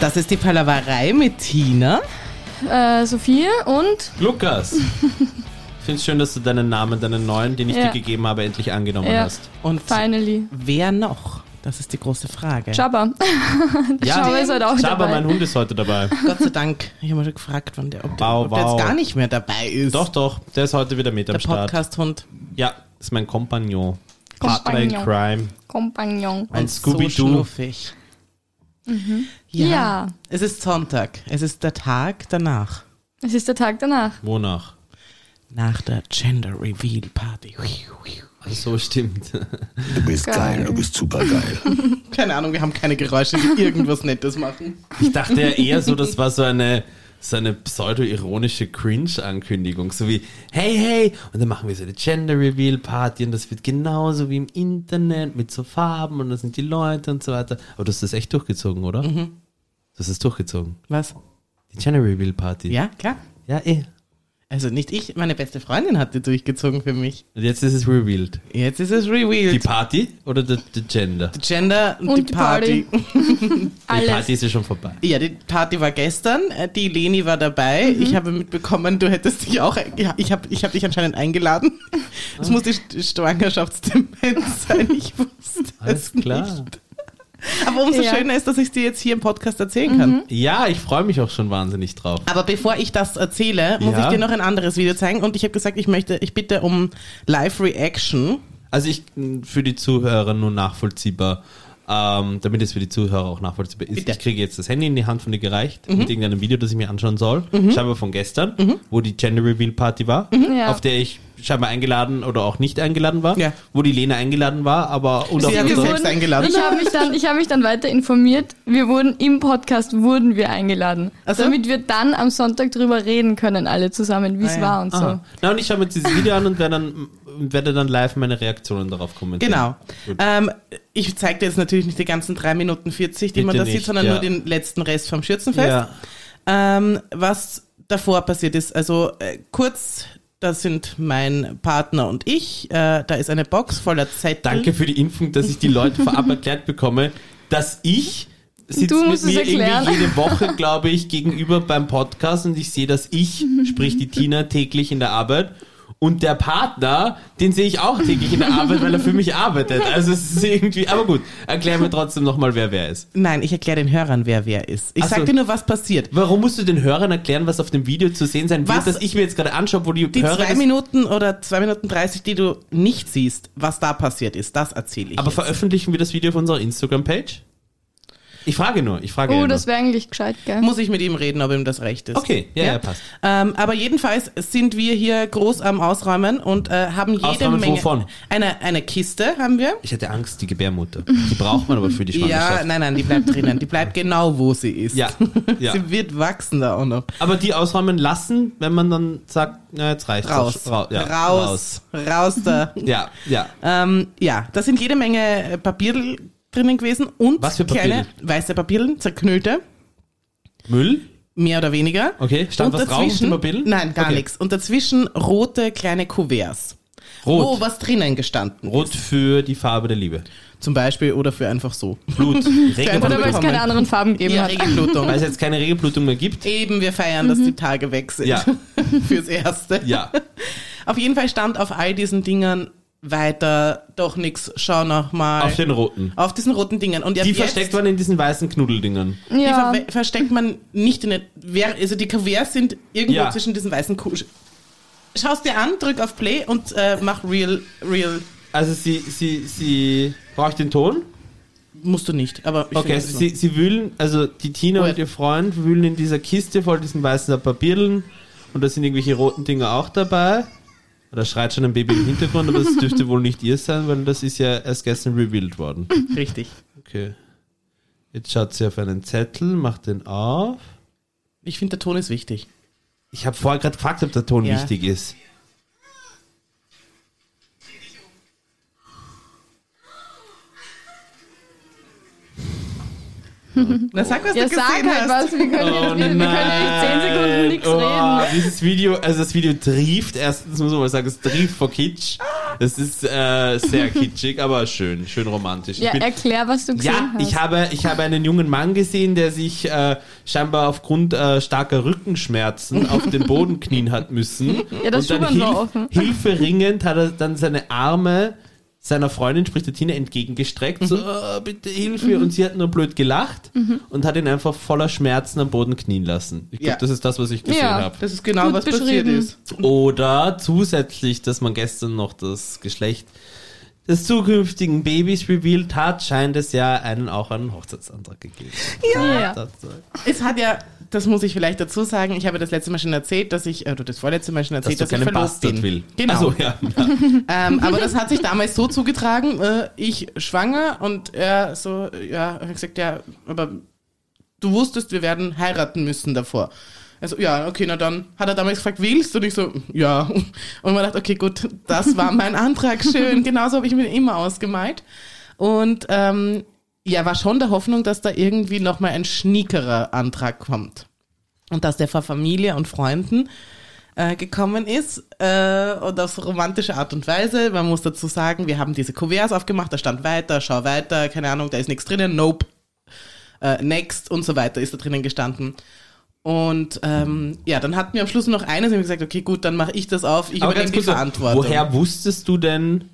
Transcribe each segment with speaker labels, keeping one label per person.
Speaker 1: Das ist die Palaverei mit Tina.
Speaker 2: Äh, Sophie und
Speaker 3: Lukas! Ich finde es schön, dass du deinen Namen, deinen neuen, den ich
Speaker 2: Ja.
Speaker 3: dir gegeben habe, endlich angenommen
Speaker 2: Ja.
Speaker 3: hast.
Speaker 1: Und
Speaker 2: finally
Speaker 1: wer noch? Das ist die große Frage.
Speaker 2: Jabba. Jabba ist heute auch
Speaker 3: Schaber,
Speaker 2: dabei.
Speaker 3: mein Hund ist heute dabei.
Speaker 1: Gott sei Dank. Ich habe mal schon gefragt, wann der, ob, der,
Speaker 3: Wow,
Speaker 1: ob der
Speaker 3: wow.
Speaker 1: jetzt gar nicht mehr dabei ist.
Speaker 3: Doch, doch, der ist heute wieder mit
Speaker 1: Der
Speaker 3: am Start.
Speaker 1: Podcast-Hund.
Speaker 3: Ja, ist mein Kompagnon. Partner in
Speaker 2: Kompagnon.
Speaker 3: Crime.
Speaker 2: Kompagnon.
Speaker 3: Ein
Speaker 1: und
Speaker 3: Scooby-Doo.
Speaker 1: So schnuffig. Mhm. Ja.
Speaker 2: Ja.
Speaker 1: Es ist Sonntag. Es ist der Tag danach.
Speaker 2: Es ist der Tag danach.
Speaker 3: Wonach?
Speaker 1: Nach der Gender Reveal Party.
Speaker 3: So stimmt.
Speaker 4: Du bist
Speaker 2: Geil.
Speaker 4: geil, du bist super geil.
Speaker 1: Keine Ahnung, wir haben keine Geräusche, die irgendwas Nettes machen.
Speaker 3: Ich dachte ja eher so, das war so eine, so eine pseudo-ironische Cringe-Ankündigung. So wie, hey, hey, und dann machen wir so eine Gender-Reveal-Party und das wird genauso wie im Internet mit so Farben und da sind die Leute und so weiter. Aber du hast das echt durchgezogen, oder? Mhm. Du hast das durchgezogen.
Speaker 1: Was?
Speaker 3: Die Gender-Reveal-Party.
Speaker 1: Ja, klar.
Speaker 3: Ja, eh.
Speaker 1: Also nicht ich, meine beste Freundin hat die durchgezogen für mich.
Speaker 3: Und jetzt ist es revealed.
Speaker 1: Jetzt ist es
Speaker 3: Die
Speaker 1: revealed.
Speaker 3: Party oder der, der Gender?
Speaker 1: Die Gender und, die Party.
Speaker 3: Die
Speaker 2: Alles.
Speaker 3: Party ist ja schon vorbei.
Speaker 1: Ja, die Party war gestern, äh, die Leni war dabei.
Speaker 3: Mhm.
Speaker 1: Ich habe mitbekommen, du hättest dich auch, ja, ich habe ich hab dich anscheinend eingeladen. Das muss die Sch- Schwangerschaftsdemenz sein, ich wusste es
Speaker 3: Alles klar.
Speaker 1: nicht. Aber umso
Speaker 2: Ja.
Speaker 1: schöner ist, dass ich es dir jetzt hier im Podcast erzählen kann.
Speaker 3: Ja, ich freue mich auch schon wahnsinnig drauf.
Speaker 1: Aber bevor ich das erzähle, muss
Speaker 3: Ja.
Speaker 1: ich dir noch ein anderes Video zeigen und ich habe gesagt, ich möchte, ich bitte um Live-Reaction.
Speaker 3: Also ich m, für die Zuhörer nur nachvollziehbar, ähm, damit es für die Zuhörer auch nachvollziehbar ist.
Speaker 1: Bitte. Mhm.
Speaker 3: Ich kriege jetzt das Handy in die Hand von dir gereicht mit irgendeinem Video, das ich mir anschauen soll. Scheinbar von gestern, wo die Gender Reveal Party war,
Speaker 1: Mhm.
Speaker 2: Ja.
Speaker 3: auf der ich scheinbar eingeladen oder auch nicht eingeladen war,
Speaker 1: Ja.
Speaker 3: wo die Lena eingeladen war, aber und
Speaker 1: Sie
Speaker 3: auf
Speaker 1: hat
Speaker 3: unserer-
Speaker 1: gesagt- selbst eingeladen.
Speaker 2: Ich habe mich, dann- ich hab mich dann weiter informiert. Wir wurden im Podcast wurden wir eingeladen,
Speaker 1: Ach so.
Speaker 2: damit wir dann am Sonntag drüber reden können, alle zusammen, wie es
Speaker 1: Ah ja.
Speaker 2: war und so.
Speaker 3: Aha. Na, und ich schaue mir jetzt dieses Video an und werde dann, werde dann live meine Reaktionen darauf kommentieren.
Speaker 1: Genau.
Speaker 3: Gut.
Speaker 1: Ähm, ich zeige dir jetzt natürlich nicht die ganzen 3 Minuten 40, die
Speaker 3: Bitte
Speaker 1: man da sieht,
Speaker 3: nicht,
Speaker 1: sondern
Speaker 3: ja.
Speaker 1: nur den letzten Rest vom Schürzenfest.
Speaker 3: Ja.
Speaker 1: Ähm, was davor passiert ist, also äh, kurz, das sind mein Partner und ich. Äh, da ist eine Box voller Zettel.
Speaker 2: Hm?
Speaker 3: Danke für die Impfung, dass ich die Leute vorab erklärt bekomme, dass ich sitze
Speaker 2: Du
Speaker 3: mit
Speaker 2: musst es
Speaker 3: mir
Speaker 2: erklären.
Speaker 3: irgendwie jede Woche, glaube ich, gegenüber beim Podcast und ich sehe, dass ich, sprich die Tina, täglich in der Arbeit und der Partner, den sehe ich auch täglich in der Arbeit, weil er für mich arbeitet. Also es ist irgendwie, aber gut, erklär mir trotzdem nochmal, wer wer ist.
Speaker 1: Nein, ich erkläre den Hörern, wer wer ist. Ich
Speaker 3: Ach
Speaker 1: sag
Speaker 3: so.
Speaker 1: dir nur, was passiert.
Speaker 3: Warum musst du den Hörern erklären, was auf dem Video zu sehen sein
Speaker 1: Was-
Speaker 3: wird, dass ich mir jetzt gerade anschaue, wo die,
Speaker 1: Die
Speaker 3: Hörer...
Speaker 1: zwei
Speaker 3: das-
Speaker 1: Minuten oder zwei Minuten 30, die du nicht siehst, was da passiert ist, das erzähle ich.
Speaker 3: aber
Speaker 1: jetzt.
Speaker 3: veröffentlichen wir das Video auf unserer Instagram-Page? Ich frage nur, ich frage ja
Speaker 2: Oh,
Speaker 3: nur.
Speaker 2: das wäre eigentlich gescheit, gell?
Speaker 1: muss ich mit ihm reden, ob ihm das recht ist.
Speaker 3: Okay, ja, ja, passt.
Speaker 1: Ähm, aber jedenfalls sind wir hier groß am Ausräumen und äh, haben jede
Speaker 3: Ausräumen
Speaker 1: Menge.
Speaker 3: wovon?
Speaker 1: Eine, eine Kiste haben wir.
Speaker 3: Ich hatte Angst, die Gebärmutter. Die braucht man aber für die
Speaker 1: Ja,
Speaker 3: Schwangerschaft.
Speaker 1: nein, nein, die bleibt drinnen. Die bleibt genau, wo sie ist.
Speaker 3: Ja, ja.
Speaker 1: Sie wird wachsen da auch noch.
Speaker 3: aber die ausräumen lassen, wenn man dann sagt, na jetzt reicht's.
Speaker 1: Raus.
Speaker 3: Ra ja,
Speaker 1: raus. Raus. da.
Speaker 3: Ja, ja.
Speaker 1: ähm, ja, da sind jede Menge äh, Papier drinnen gewesen und
Speaker 3: Was für
Speaker 1: kleine weiße Papierl, zerknüllte.
Speaker 3: Müll?
Speaker 1: mehr oder weniger.
Speaker 3: Okay, stand
Speaker 1: Und
Speaker 3: was drauf auf
Speaker 1: dazwischen-
Speaker 3: dem Papier?
Speaker 1: Nein, gar
Speaker 3: Okay.
Speaker 1: nichts. Und dazwischen rote kleine Kuverts, wo
Speaker 3: Rot.
Speaker 1: oh, was drinnen gestanden
Speaker 3: Rot für die Farbe der Liebe.
Speaker 1: ist. Zum Beispiel oder für einfach so.
Speaker 3: Blut.
Speaker 2: Oder weil
Speaker 3: Regenblutung.
Speaker 2: es keine anderen Farben geben
Speaker 1: Ja,
Speaker 2: hat.
Speaker 1: Regelblutung.
Speaker 3: Weil es jetzt keine Regenblutung mehr gibt.
Speaker 1: Eben, wir feiern, dass die Tage weg sind.
Speaker 3: Ja.
Speaker 1: Fürs Erste.
Speaker 3: Ja.
Speaker 1: Auf jeden Fall stand auf all diesen Dingern weiter, doch nix, schau nochmal.
Speaker 3: Auf den roten.
Speaker 1: auf diesen roten Dingern. Und ab
Speaker 3: Die
Speaker 1: Äh, jetzt,
Speaker 3: versteckt waren in diesen weißen Knuddeldingern.
Speaker 1: Die
Speaker 2: Ja.
Speaker 1: verwe- versteckt man nicht in den. wer- Also die Kuverts sind irgendwo
Speaker 3: Ja.
Speaker 1: zwischen diesen weißen Kusch. Schau's dir an, drück auf Play und äh, mach real, real.
Speaker 3: Also sie, sie, sie... Brauche ich den Ton?
Speaker 1: Musst du nicht, aber ich
Speaker 3: Okay,
Speaker 1: finde
Speaker 3: also
Speaker 1: das
Speaker 3: sie, sie wühlen, also die Tina
Speaker 1: Oh ja.
Speaker 3: und ihr Freund wühlen in dieser Kiste voll diesen weißen Papierlen und da sind irgendwelche roten Dinger auch dabei. Da schreit schon ein Baby im Hintergrund, aber das dürfte wohl nicht ihr sein, weil das ist ja erst gestern revealed worden.
Speaker 1: noch richtig.
Speaker 3: Okay. Jetzt schaut sie auf einen Zettel, macht den auf.
Speaker 1: Ich finde, der Ton ist wichtig.
Speaker 3: Ich habe vorher gerade gefragt, ob der Ton
Speaker 1: Ja.
Speaker 3: wichtig ist.
Speaker 1: Na, sag, was
Speaker 2: Ja,
Speaker 1: du
Speaker 2: sag
Speaker 1: gesehen
Speaker 2: halt
Speaker 1: hast.
Speaker 2: was, wir können, jetzt, wir, wir können nicht 10 Sekunden nichts
Speaker 3: Oh,
Speaker 2: reden.
Speaker 3: Dieses Video, also das Video trieft, erstens muss man mal sagen, es trieft vor Kitsch. Das ist äh, sehr kitschig, aber schön, schön romantisch. Ich
Speaker 2: Ja,
Speaker 3: bin-
Speaker 2: erklär, was du gesehen
Speaker 3: ja,
Speaker 2: hast.
Speaker 3: ich habe, ich habe einen jungen Mann gesehen, der sich äh, scheinbar aufgrund äh, starker Rückenschmerzen auf den Boden knien hat müssen.
Speaker 2: Ja, das Schuhband
Speaker 3: und dann
Speaker 2: war
Speaker 3: hilf,
Speaker 2: offen.
Speaker 3: hilferingend hat er dann seine Arme seiner Freundin, sprich der Tina, entgegengestreckt.
Speaker 2: Mhm.
Speaker 3: So, "Ah, bitte hilf mir. Und sie hat nur blöd gelacht und hat ihn einfach voller Schmerzen am Boden knien lassen. Ich glaube,
Speaker 1: Ja.
Speaker 3: das ist das, was ich gesehen
Speaker 2: Ja.
Speaker 3: habe.
Speaker 1: Das ist genau,
Speaker 2: Gut
Speaker 1: was passiert
Speaker 2: beschrieben.
Speaker 1: ist.
Speaker 3: Oder zusätzlich, dass man gestern noch das Geschlecht des zukünftigen Babys revealed hat, scheint es ja einen auch einen Hochzeitsantrag gegeben.
Speaker 2: Ja.
Speaker 3: Das-
Speaker 1: Es hat ja, das muss ich vielleicht dazu sagen, ich habe das letzte Mal schon erzählt, dass ich, äh, oder das vorletzte Mal schon
Speaker 3: Dass
Speaker 1: erzählt,
Speaker 3: du
Speaker 1: dass, ich
Speaker 3: keinen
Speaker 1: verlobt
Speaker 3: Bastard
Speaker 1: bin.
Speaker 3: will.
Speaker 1: Genau.
Speaker 3: Also, ja.
Speaker 1: Ähm, aber das hat sich damals so zugetragen, äh, ich schwanger und er so, ja, hat gesagt, ja, aber du wusstest, wir werden heiraten müssen davor. Also, ja, okay, na dann hat er damals gefragt, willst du? Und ich so, ja. Und man dachte, okay, gut, das war mein Antrag, schön. Genauso habe ich mir den immer ausgemalt. Und ähm, ja, war schon der Hoffnung, dass da irgendwie nochmal ein schniekerer Antrag kommt. Und dass der vor Familie und Freunden äh, gekommen ist äh, und auf so romantische Art und Weise. Man muss dazu sagen, wir haben diese Kuverts aufgemacht, da stand weiter, schau weiter, keine Ahnung, da ist nichts drinnen, nope, äh, next und so weiter ist da drinnen gestanden. Und ähm, ja, dann hatten wir am Schluss nur noch eines und wir haben gesagt, okay, gut, dann mache ich das auf, ich
Speaker 3: Aber
Speaker 1: übernehme
Speaker 3: ganz
Speaker 1: die
Speaker 3: kurz, noch,
Speaker 1: Verantwortung.
Speaker 3: woher wusstest du denn,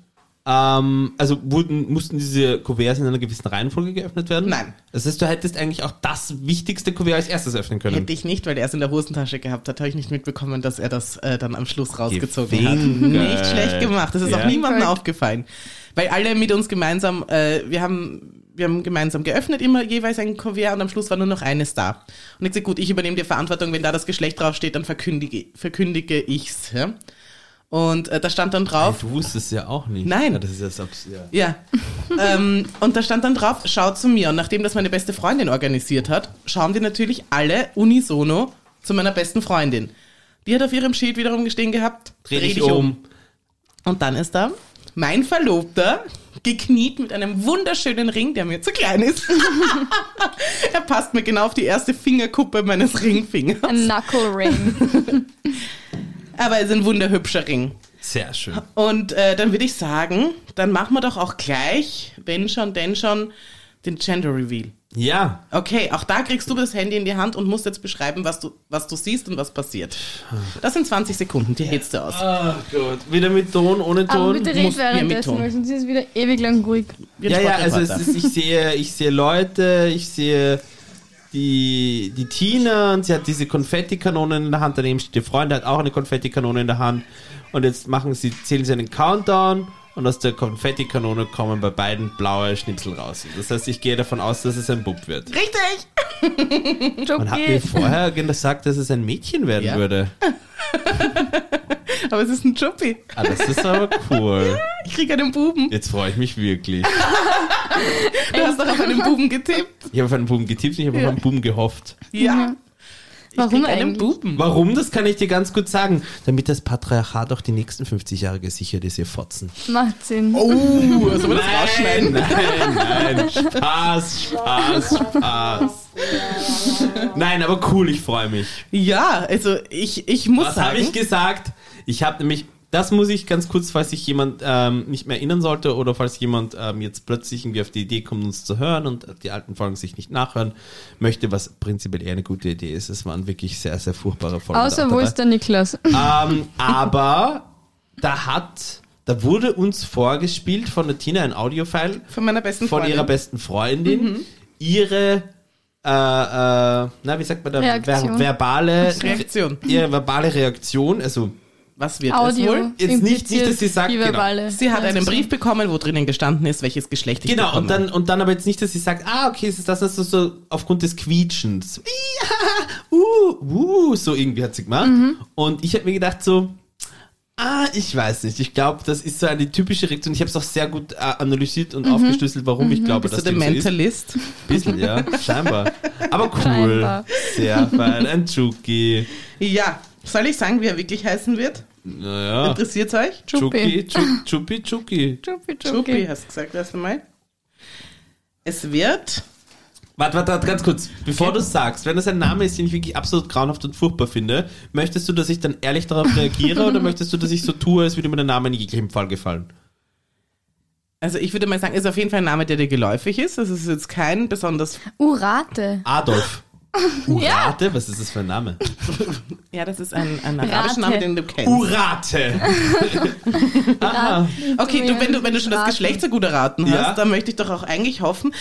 Speaker 3: ähm, also wurden, mussten diese Kuverts in einer gewissen Reihenfolge geöffnet werden?
Speaker 1: Nein.
Speaker 3: Das heißt, du hättest eigentlich auch das wichtigste Kuvert als erstes öffnen können.
Speaker 1: Hätte ich nicht, weil er es in der Hosentasche gehabt hat, habe ich nicht mitbekommen, dass er das äh, dann am Schluss rausgezogen
Speaker 3: Gefingert.
Speaker 1: hat. Nicht schlecht gemacht. Das ist
Speaker 3: Ja.
Speaker 1: auch niemandem
Speaker 2: Gefingert.
Speaker 1: aufgefallen. Weil alle mit uns gemeinsam, äh, wir haben wir haben gemeinsam geöffnet, immer jeweils ein Kuvert und am Schluss war nur noch eines da. Und ich sage, gut, ich übernehme die Verantwortung, wenn da das Geschlecht draufsteht, dann verkündige, verkündige ich's. Ja? Und äh, da stand dann drauf,
Speaker 3: Du wusstest es ja auch nicht.
Speaker 1: Nein.
Speaker 3: Ja, das ist ja, subs- ja.
Speaker 1: ja. ähm, und da stand dann drauf, schau zu mir. Und nachdem das meine beste Freundin organisiert hat, schauen die natürlich alle unisono zu meiner besten Freundin. Die hat auf ihrem Schild wiederum gestehen gehabt,
Speaker 3: Dreh dich um.
Speaker 1: Und dann ist da mein Verlobter gekniet mit einem wunderschönen Ring, der mir zu klein ist. er passt mir genau auf die erste Fingerkuppe meines Ringfingers.
Speaker 2: Ein Knuckle Ring.
Speaker 1: Aber er ist ein wunderhübscher Ring.
Speaker 3: Sehr schön.
Speaker 1: Und äh, dann würde ich sagen, dann machen wir doch auch gleich, wenn schon, denn schon, den Gender Reveal.
Speaker 3: Ja.
Speaker 1: Okay, auch da kriegst du das Handy in die Hand und musst jetzt beschreiben, was du, was du siehst und was passiert. Das sind 20 Sekunden, die hältst du aus.
Speaker 3: Oh Gott. Wieder mit Ton, ohne
Speaker 2: Aber
Speaker 3: Ton.
Speaker 2: bitte
Speaker 1: musst mir
Speaker 2: red währenddessen,
Speaker 1: mittun.
Speaker 2: weil sonst ist es wieder ewig lang ruhig.
Speaker 1: Wir
Speaker 3: ja, ja, also es
Speaker 1: Sportreporter.
Speaker 3: ist, ich, sehe, ich sehe Leute, ich sehe die, die Tina und sie hat diese Konfettikanone in der Hand, daneben steht ihr Freund, der hat auch eine Konfettikanone in der Hand und jetzt machen sie, zählen sie einen Countdown und aus der Konfettikanone kommen bei beiden blaue Schnipsel raus. Das heißt, ich gehe davon aus, dass es ein Bub wird.
Speaker 1: Richtig!
Speaker 3: Man hat eh mir
Speaker 2: Joki.
Speaker 3: vorher gesagt, dass es ein Mädchen werden
Speaker 1: Ja.
Speaker 3: würde.
Speaker 1: Aber es ist ein Juppie.
Speaker 3: Ah, das ist aber cool.
Speaker 1: Ich krieg einen Buben.
Speaker 3: Jetzt freue ich mich wirklich.
Speaker 1: Du hast doch auf einen Buben getippt.
Speaker 3: Ich habe auf einen Buben getippt und ich habe auf einen Buben gehofft.
Speaker 1: Ja.
Speaker 2: Mhm. Warum
Speaker 1: ich krieg einen
Speaker 2: eigentlich?
Speaker 1: Buben.
Speaker 3: Warum, das kann ich dir ganz gut sagen. Damit das Patriarchat auch die nächsten 50 Jahre gesichert ist, ihr Fotzen.
Speaker 2: Macht Sinn.
Speaker 3: Uh,
Speaker 1: Oh, soll man das rausschneiden?
Speaker 3: nein, nein. Spaß, Spaß, Spaß. Nein, aber cool, ich freue mich.
Speaker 1: Ja, also ich, ich muss
Speaker 3: Was habe
Speaker 1: sagen.
Speaker 3: ich gesagt? Ich habe nämlich, das muss ich ganz kurz, falls sich jemand ähm, nicht mehr erinnern sollte oder falls jemand ähm, jetzt plötzlich irgendwie auf die Idee kommt, uns zu hören und die alten Folgen sich nicht nachhören möchte, was prinzipiell eher eine gute Idee ist. Es waren wirklich sehr, sehr furchtbare Folgen.
Speaker 2: Außer
Speaker 3: auch
Speaker 2: wo
Speaker 3: dabei.
Speaker 2: ist der Niklas?
Speaker 3: Ähm, aber da hat, da wurde uns vorgespielt von der Tina ein Audiofile
Speaker 1: von meiner besten
Speaker 3: von
Speaker 1: Freundin. Mhm.
Speaker 3: ihrer besten Freundin, ihre äh, äh, na, wie sagt man da,
Speaker 2: Reaktion.
Speaker 3: verbale
Speaker 1: Reaktion.
Speaker 3: ihre verbale Reaktion, also
Speaker 1: Was wird es
Speaker 2: Audio.
Speaker 1: wohl?
Speaker 3: Jetzt nicht- nicht, dass sie
Speaker 2: impliziert
Speaker 3: sagt,
Speaker 2: die
Speaker 3: genau.
Speaker 2: verbale
Speaker 1: Sie hat einen
Speaker 2: Reaktion.
Speaker 1: Brief bekommen, wo drinnen gestanden ist, welches Geschlecht ich
Speaker 3: Genau,
Speaker 1: bekomme.
Speaker 3: und dann, und dann aber jetzt nicht, dass sie sagt, ah, okay, es ist das, dass du so aufgrund des Quietschens, ja, uh, uh, so irgendwie hat sie gemacht.
Speaker 1: Mhm.
Speaker 3: Und ich habe mir gedacht so, ah, ich weiß nicht, ich glaube, das ist so eine typische Reaktion. Ich habe es auch sehr gut äh, analysiert und aufgeschlüsselt, warum ich glaube,
Speaker 1: Mhm. Bist du
Speaker 3: dass
Speaker 1: der
Speaker 3: dem so ist.
Speaker 1: Mentalist?
Speaker 3: Bisschen, ja, scheinbar. Aber cool.
Speaker 2: Scheinbar.
Speaker 3: Sehr fein, ein Chuki.
Speaker 1: Ja. Soll ich sagen, wie er wirklich heißen wird?
Speaker 3: Naja,
Speaker 1: Interessiert's euch?
Speaker 3: Chuki, Chu- Chupi, Chuki.
Speaker 2: Tschupi, tschupi.
Speaker 1: Chupi, hast du gesagt, erst einmal. Es wird.
Speaker 3: Warte, warte, warte, ganz kurz. Bevor du sagst, wenn das ein Name ist, den ich wirklich absolut grauenhaft und furchtbar finde, möchtest du, dass ich dann ehrlich darauf reagiere oder möchtest du, dass ich so tue, als würde mir der Name in jeglichem Fall gefallen?
Speaker 1: Also ich würde mal sagen, ist auf jeden Fall ein Name, der dir geläufig ist. Das ist jetzt kein besonders.
Speaker 2: Uh, Urate.
Speaker 3: Adolf.
Speaker 2: Ah.
Speaker 3: Urate? Was ist das für ein Name?
Speaker 1: Ja, das ist ein, ein arabischer
Speaker 2: Rate.
Speaker 1: Name, den du kennst.
Speaker 3: Urate! Aha.
Speaker 1: Okay, du, wenn, du, wenn du schon das
Speaker 2: Raten.
Speaker 1: Geschlecht so gut erraten hast,
Speaker 3: Ja.
Speaker 1: dann möchte ich doch auch eigentlich hoffen.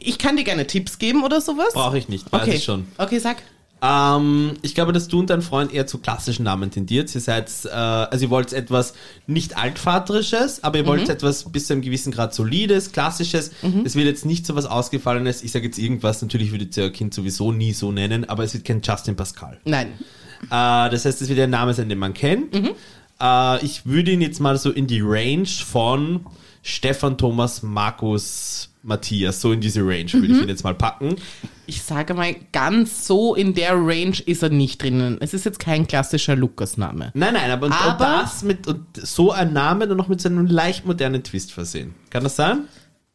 Speaker 1: Ich kann dir gerne Tipps geben oder sowas.
Speaker 3: Brauche ich nicht, weiß
Speaker 1: okay.
Speaker 3: ich schon.
Speaker 1: Okay, sag.
Speaker 3: Ähm, ich glaube, dass du und dein Freund eher zu klassischen Namen tendiert. Ihr seid, äh, also ihr wollt etwas nicht altvaterisches, aber ihr wollt etwas bis zu einem gewissen Grad solides, klassisches. Es wird jetzt nicht so was Ausgefallenes. Ich sage jetzt irgendwas, natürlich würdet ihr euer Kind sowieso nie so nennen, aber es wird kein Justin Pascal.
Speaker 1: Nein.
Speaker 3: Äh, das heißt, es wird ein Name sein, den man kennt. Äh, ich würde ihn jetzt mal so in die Range von Stefan, Thomas, Markus, Matthias, so in diese Range würde ich ihn jetzt mal packen.
Speaker 1: Ich sage mal, ganz so in der Range ist er nicht drinnen. Es ist jetzt kein klassischer Lukas-Name.
Speaker 3: Nein, nein, aber, und, und
Speaker 1: Aber-
Speaker 3: das mit und so ein Name dann noch mit so einem leicht modernen Twist versehen. Kann das sein?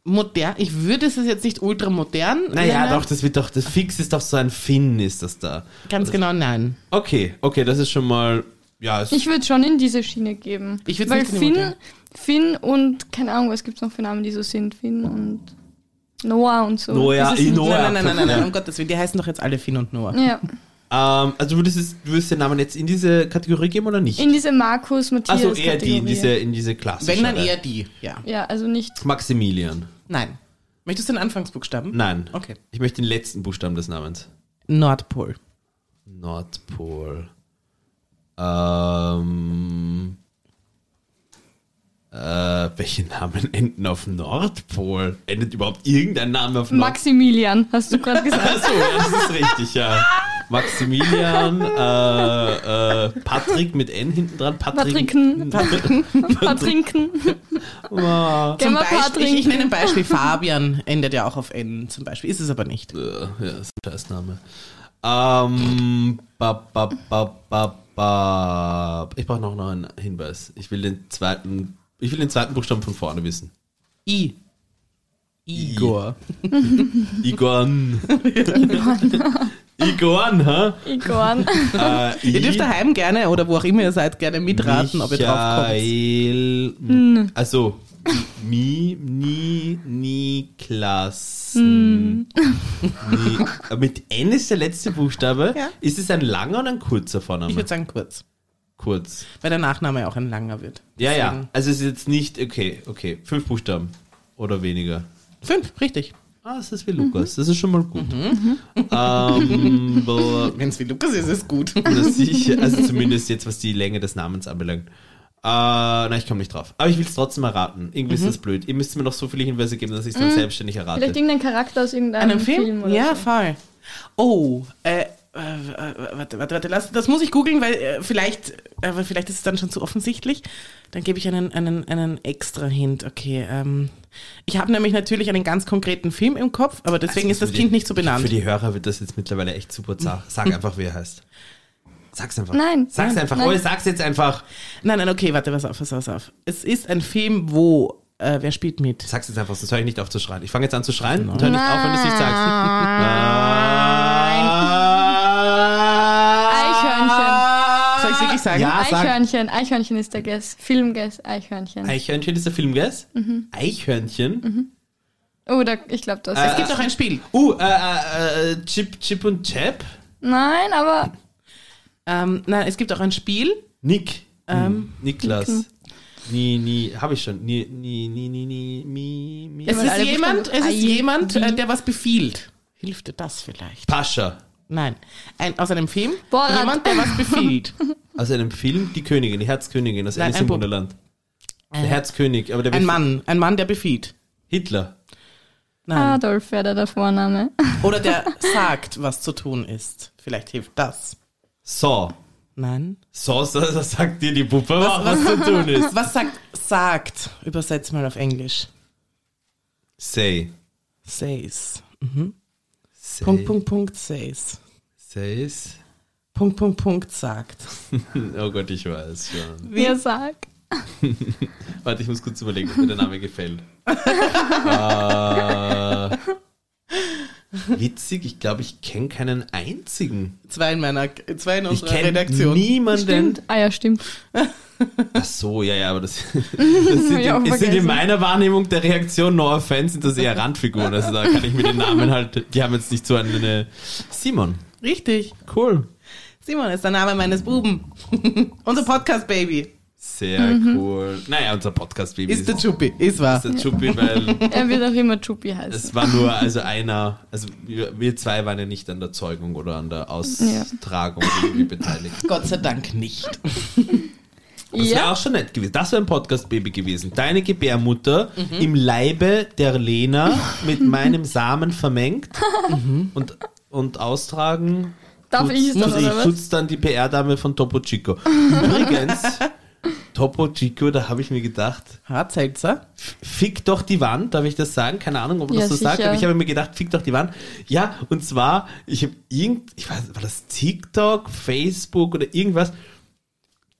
Speaker 1: Modern, ich würde es jetzt nicht ultramodern
Speaker 3: Naja,
Speaker 1: nennen.
Speaker 3: doch, das wird doch, das Fix ist doch so ein Finn, ist das da.
Speaker 1: Ganz genau, nein.
Speaker 3: Okay, okay, das ist schon mal, ja, es,
Speaker 2: Ich würde schon in diese Schiene geben.
Speaker 1: Ich würd's
Speaker 2: Weil
Speaker 1: nicht in die
Speaker 2: Finn,
Speaker 1: Mutter.
Speaker 2: Finn und keine Ahnung, was gibt's noch für Namen, die so sind? Finn und Noah und so.
Speaker 3: Noah,
Speaker 2: Das ist-
Speaker 3: Noah.
Speaker 1: nein, nein, nein, nein, nein, um Gottes Willen, die heißen doch jetzt alle Finn und Noah.
Speaker 2: Ja.
Speaker 3: ähm, also würdest du, du würdest den Namen jetzt in diese Kategorie geben oder nicht?
Speaker 2: In diese Markus, Matthias.
Speaker 3: Also eher die, in
Speaker 2: Kategorie.
Speaker 3: diese, in diese Klasse.
Speaker 1: Wenn, dann eher die, ja.
Speaker 2: Ja, also nicht.
Speaker 3: Maximilian.
Speaker 1: Nein. Möchtest du den Anfangsbuchstaben?
Speaker 3: Nein.
Speaker 1: Okay.
Speaker 3: Ich möchte den letzten Buchstaben des Namens.
Speaker 1: Nordpol.
Speaker 3: Nordpol. Ähm. Äh, welche Namen enden auf Nordpol? Endet überhaupt irgendein Name auf Nordpol?
Speaker 2: Maximilian, hast du gerade gesagt.
Speaker 3: Achso, ja, das ist richtig, ja. Maximilian, äh, äh, Patrick mit N hinten dran. Patrick. Äh,
Speaker 2: Patricken, Patrinken.
Speaker 3: Ah,
Speaker 2: Gehen wir
Speaker 1: Beispiel, ich, ich
Speaker 2: Patrinken.
Speaker 1: nenne ein Beispiel. Fabian endet ja auch auf N zum Beispiel. Ist es aber nicht.
Speaker 3: äh, ja, ist ein Scheißname. Ähm, ba, ba, ba, ba, ba. Ich brauche noch einen Hinweis. Ich will den zweiten, ich will den zweiten Buchstaben von vorne wissen.
Speaker 1: I. Igor.
Speaker 3: Igorn. Igorn, hä?
Speaker 2: Igorn.
Speaker 3: Äh,
Speaker 1: Ihr dürft daheim gerne oder wo auch immer ihr seid, gerne mitraten, ob ihr drauf kommt.
Speaker 3: Michael. Also, Mi, Ni, Niklas. Ni, äh, mit N ist der letzte Buchstabe.
Speaker 1: Ja.
Speaker 3: Ist es ein langer oder ein kurzer Vorname?
Speaker 1: Ich würde sagen kurz,
Speaker 3: Kurz.
Speaker 1: weil der Nachname ja auch ein langer wird.
Speaker 3: Ja, ja.
Speaker 1: Deswegen-
Speaker 3: Also, es ist jetzt nicht, okay, okay. Fünf Buchstaben oder weniger.
Speaker 1: Fünf, richtig.
Speaker 3: Ah, es ist wie Lukas. Das ist schon mal gut.
Speaker 1: Mhm.
Speaker 3: Ähm, bla-
Speaker 1: Wenn es wie Lukas ist, ist gut.
Speaker 3: Oder sicher, also zumindest jetzt, was die Länge des Namens anbelangt. Äh, na, ich komme nicht drauf. Aber ich will es trotzdem erraten. Irgendwie
Speaker 1: Mhm.
Speaker 3: ist das blöd. Ihr müsst mir noch so viele Hinweise geben, dass ich es dann selbstständig errate.
Speaker 2: Vielleicht irgendein Charakter aus irgendeinem
Speaker 1: Einen Film?
Speaker 2: oder
Speaker 1: ja,
Speaker 2: so.
Speaker 1: voll. Oh, äh, äh, äh, warte, warte, warte, lass, das muss ich googeln, weil äh, vielleicht, äh, weil vielleicht ist es dann schon zu offensichtlich. Dann gebe ich einen, einen, einen extra Hint. Okay, ähm, ich habe nämlich natürlich einen ganz konkreten Film im Kopf, aber deswegen ist
Speaker 3: Also
Speaker 1: das
Speaker 3: für
Speaker 1: Kind
Speaker 3: die-
Speaker 1: nicht so benannt.
Speaker 3: Für die Hörer wird das jetzt mittlerweile echt super zart. Sag einfach, wie er heißt. Sag's einfach.
Speaker 2: Nein.
Speaker 3: Sag's
Speaker 2: Nein.
Speaker 3: einfach.
Speaker 2: Nein.
Speaker 3: Oh, sag's jetzt einfach.
Speaker 1: Nein, nein, okay, warte, pass auf, pass auf, pass auf. Es ist ein Film, wo, äh, wer spielt mit?
Speaker 3: Sag's jetzt einfach, sonst höre ich nicht auf zu schreien. Ich fange jetzt an zu schreien und höre nicht auf, wenn du es nicht sagst.
Speaker 1: Ah,
Speaker 3: Eichhörnchen.
Speaker 1: Soll ich's wirklich sagen?
Speaker 3: Ja, sag.
Speaker 2: Eichhörnchen, Eichhörnchen ist der Guess. Filmguess, Eichhörnchen.
Speaker 3: Eichhörnchen ist der Film, guess?
Speaker 1: Mhm.
Speaker 3: Eichhörnchen?
Speaker 2: Oder Oh, ich glaube das.
Speaker 1: Es gibt auch ein Spiel.
Speaker 3: Uh, äh, äh, äh, Chip, Chip und Chap?
Speaker 2: Nein, aber
Speaker 1: Ähm, nein, es gibt auch ein Spiel.
Speaker 3: Nick. Ähm,
Speaker 1: hm.
Speaker 3: Niklas. Nie, nie, habe ich schon. Nie, nie, nie, nie, nie, nie, nie.
Speaker 1: Es
Speaker 2: wollen
Speaker 1: ist
Speaker 2: alle
Speaker 1: jemand, es
Speaker 2: bestimmt-
Speaker 1: ist
Speaker 2: Ei,
Speaker 1: jemand, äh, der was befiehlt. Hilft dir das vielleicht?
Speaker 3: Pascha.
Speaker 1: Nein. Ein, aus einem Film?
Speaker 2: Borat.
Speaker 1: Jemand, der was befiehlt.
Speaker 3: Aus Also einem Film, die Königin, die Herzkönigin aus
Speaker 1: Nein,
Speaker 3: Alice
Speaker 1: ein
Speaker 3: im
Speaker 1: Bub.
Speaker 3: Wunderland. Der Herzkönig, aber der
Speaker 1: Ein
Speaker 3: wird-
Speaker 1: Mann. Ein Mann, der befiehlt.
Speaker 3: Hitler.
Speaker 1: Nein.
Speaker 2: Adolf wäre da der Vorname.
Speaker 1: Oder der sagt, was zu tun ist. Vielleicht hilft das.
Speaker 3: So.
Speaker 1: Nein.
Speaker 3: So, so, so sagt dir die Puppe, was, was
Speaker 1: was-
Speaker 3: zu tun ist.
Speaker 1: Was sagt sagt? Übersetz mal auf Englisch.
Speaker 3: Say.
Speaker 1: Says.
Speaker 3: Say.
Speaker 1: Punkt, Punkt, Punkt, says.
Speaker 3: Says.
Speaker 1: Punkt, Punkt, Punkt, sagt.
Speaker 3: Oh Gott, ich weiß schon.
Speaker 2: Wer sagt?
Speaker 3: Warte, ich muss kurz überlegen, ob mir der Name gefällt. äh, witzig, ich glaube, ich kenne keinen einzigen.
Speaker 1: Zwei in meiner, zwei in
Speaker 3: Ich
Speaker 1: unserer
Speaker 3: kenne
Speaker 1: Redaktion.
Speaker 3: niemanden.
Speaker 2: Stimmt. Ah ja, stimmt.
Speaker 3: Ach so, ja, ja, aber das, das sind,
Speaker 2: Ja,
Speaker 3: es sind in
Speaker 2: vergessen.
Speaker 3: meiner Wahrnehmung der Reaktion No Offense sind das eher Randfiguren. Also da kann ich mir den Namen halt, die haben jetzt nicht so eine, eine Simon.
Speaker 1: Richtig.
Speaker 3: Cool.
Speaker 1: Simon ist der Name meines Buben. Unser Podcast-Baby
Speaker 3: Sehr cool. Naja, unser Podcast Baby
Speaker 1: ist der Chuppi. Ist wahr.
Speaker 3: der Chuppi, weil
Speaker 2: Er wird auch immer Chupi heißen.
Speaker 3: es war nur also einer, also wir, wir zwei waren ja nicht an der Zeugung oder an der Austragung irgendwie beteiligt.
Speaker 1: Gott sei Dank nicht.
Speaker 3: Das wäre
Speaker 2: Ja,
Speaker 3: auch schon nett gewesen. Das wäre ein Podcast-Baby gewesen. Deine Gebärmutter
Speaker 2: Mhm.
Speaker 3: im Leibe der Lena mit meinem Samen vermengt und, und austragen.
Speaker 2: Mhm. Darf
Speaker 3: tut's-
Speaker 2: ich es dann,
Speaker 3: muss
Speaker 2: oder was?
Speaker 3: Tut's dann die PR-Dame von Topo Chico. Übrigens, Topo Chico, da habe ich mir gedacht,
Speaker 1: Hartzelzer.
Speaker 3: fick doch die Wand, darf ich das sagen? Keine Ahnung, ob man
Speaker 2: Ja,
Speaker 3: das so sagt,
Speaker 2: sicher.
Speaker 3: aber ich habe mir gedacht, fick doch die Wand. Ja, und zwar, ich habe irgend, ich weiß, war das TikTok, Facebook oder irgendwas?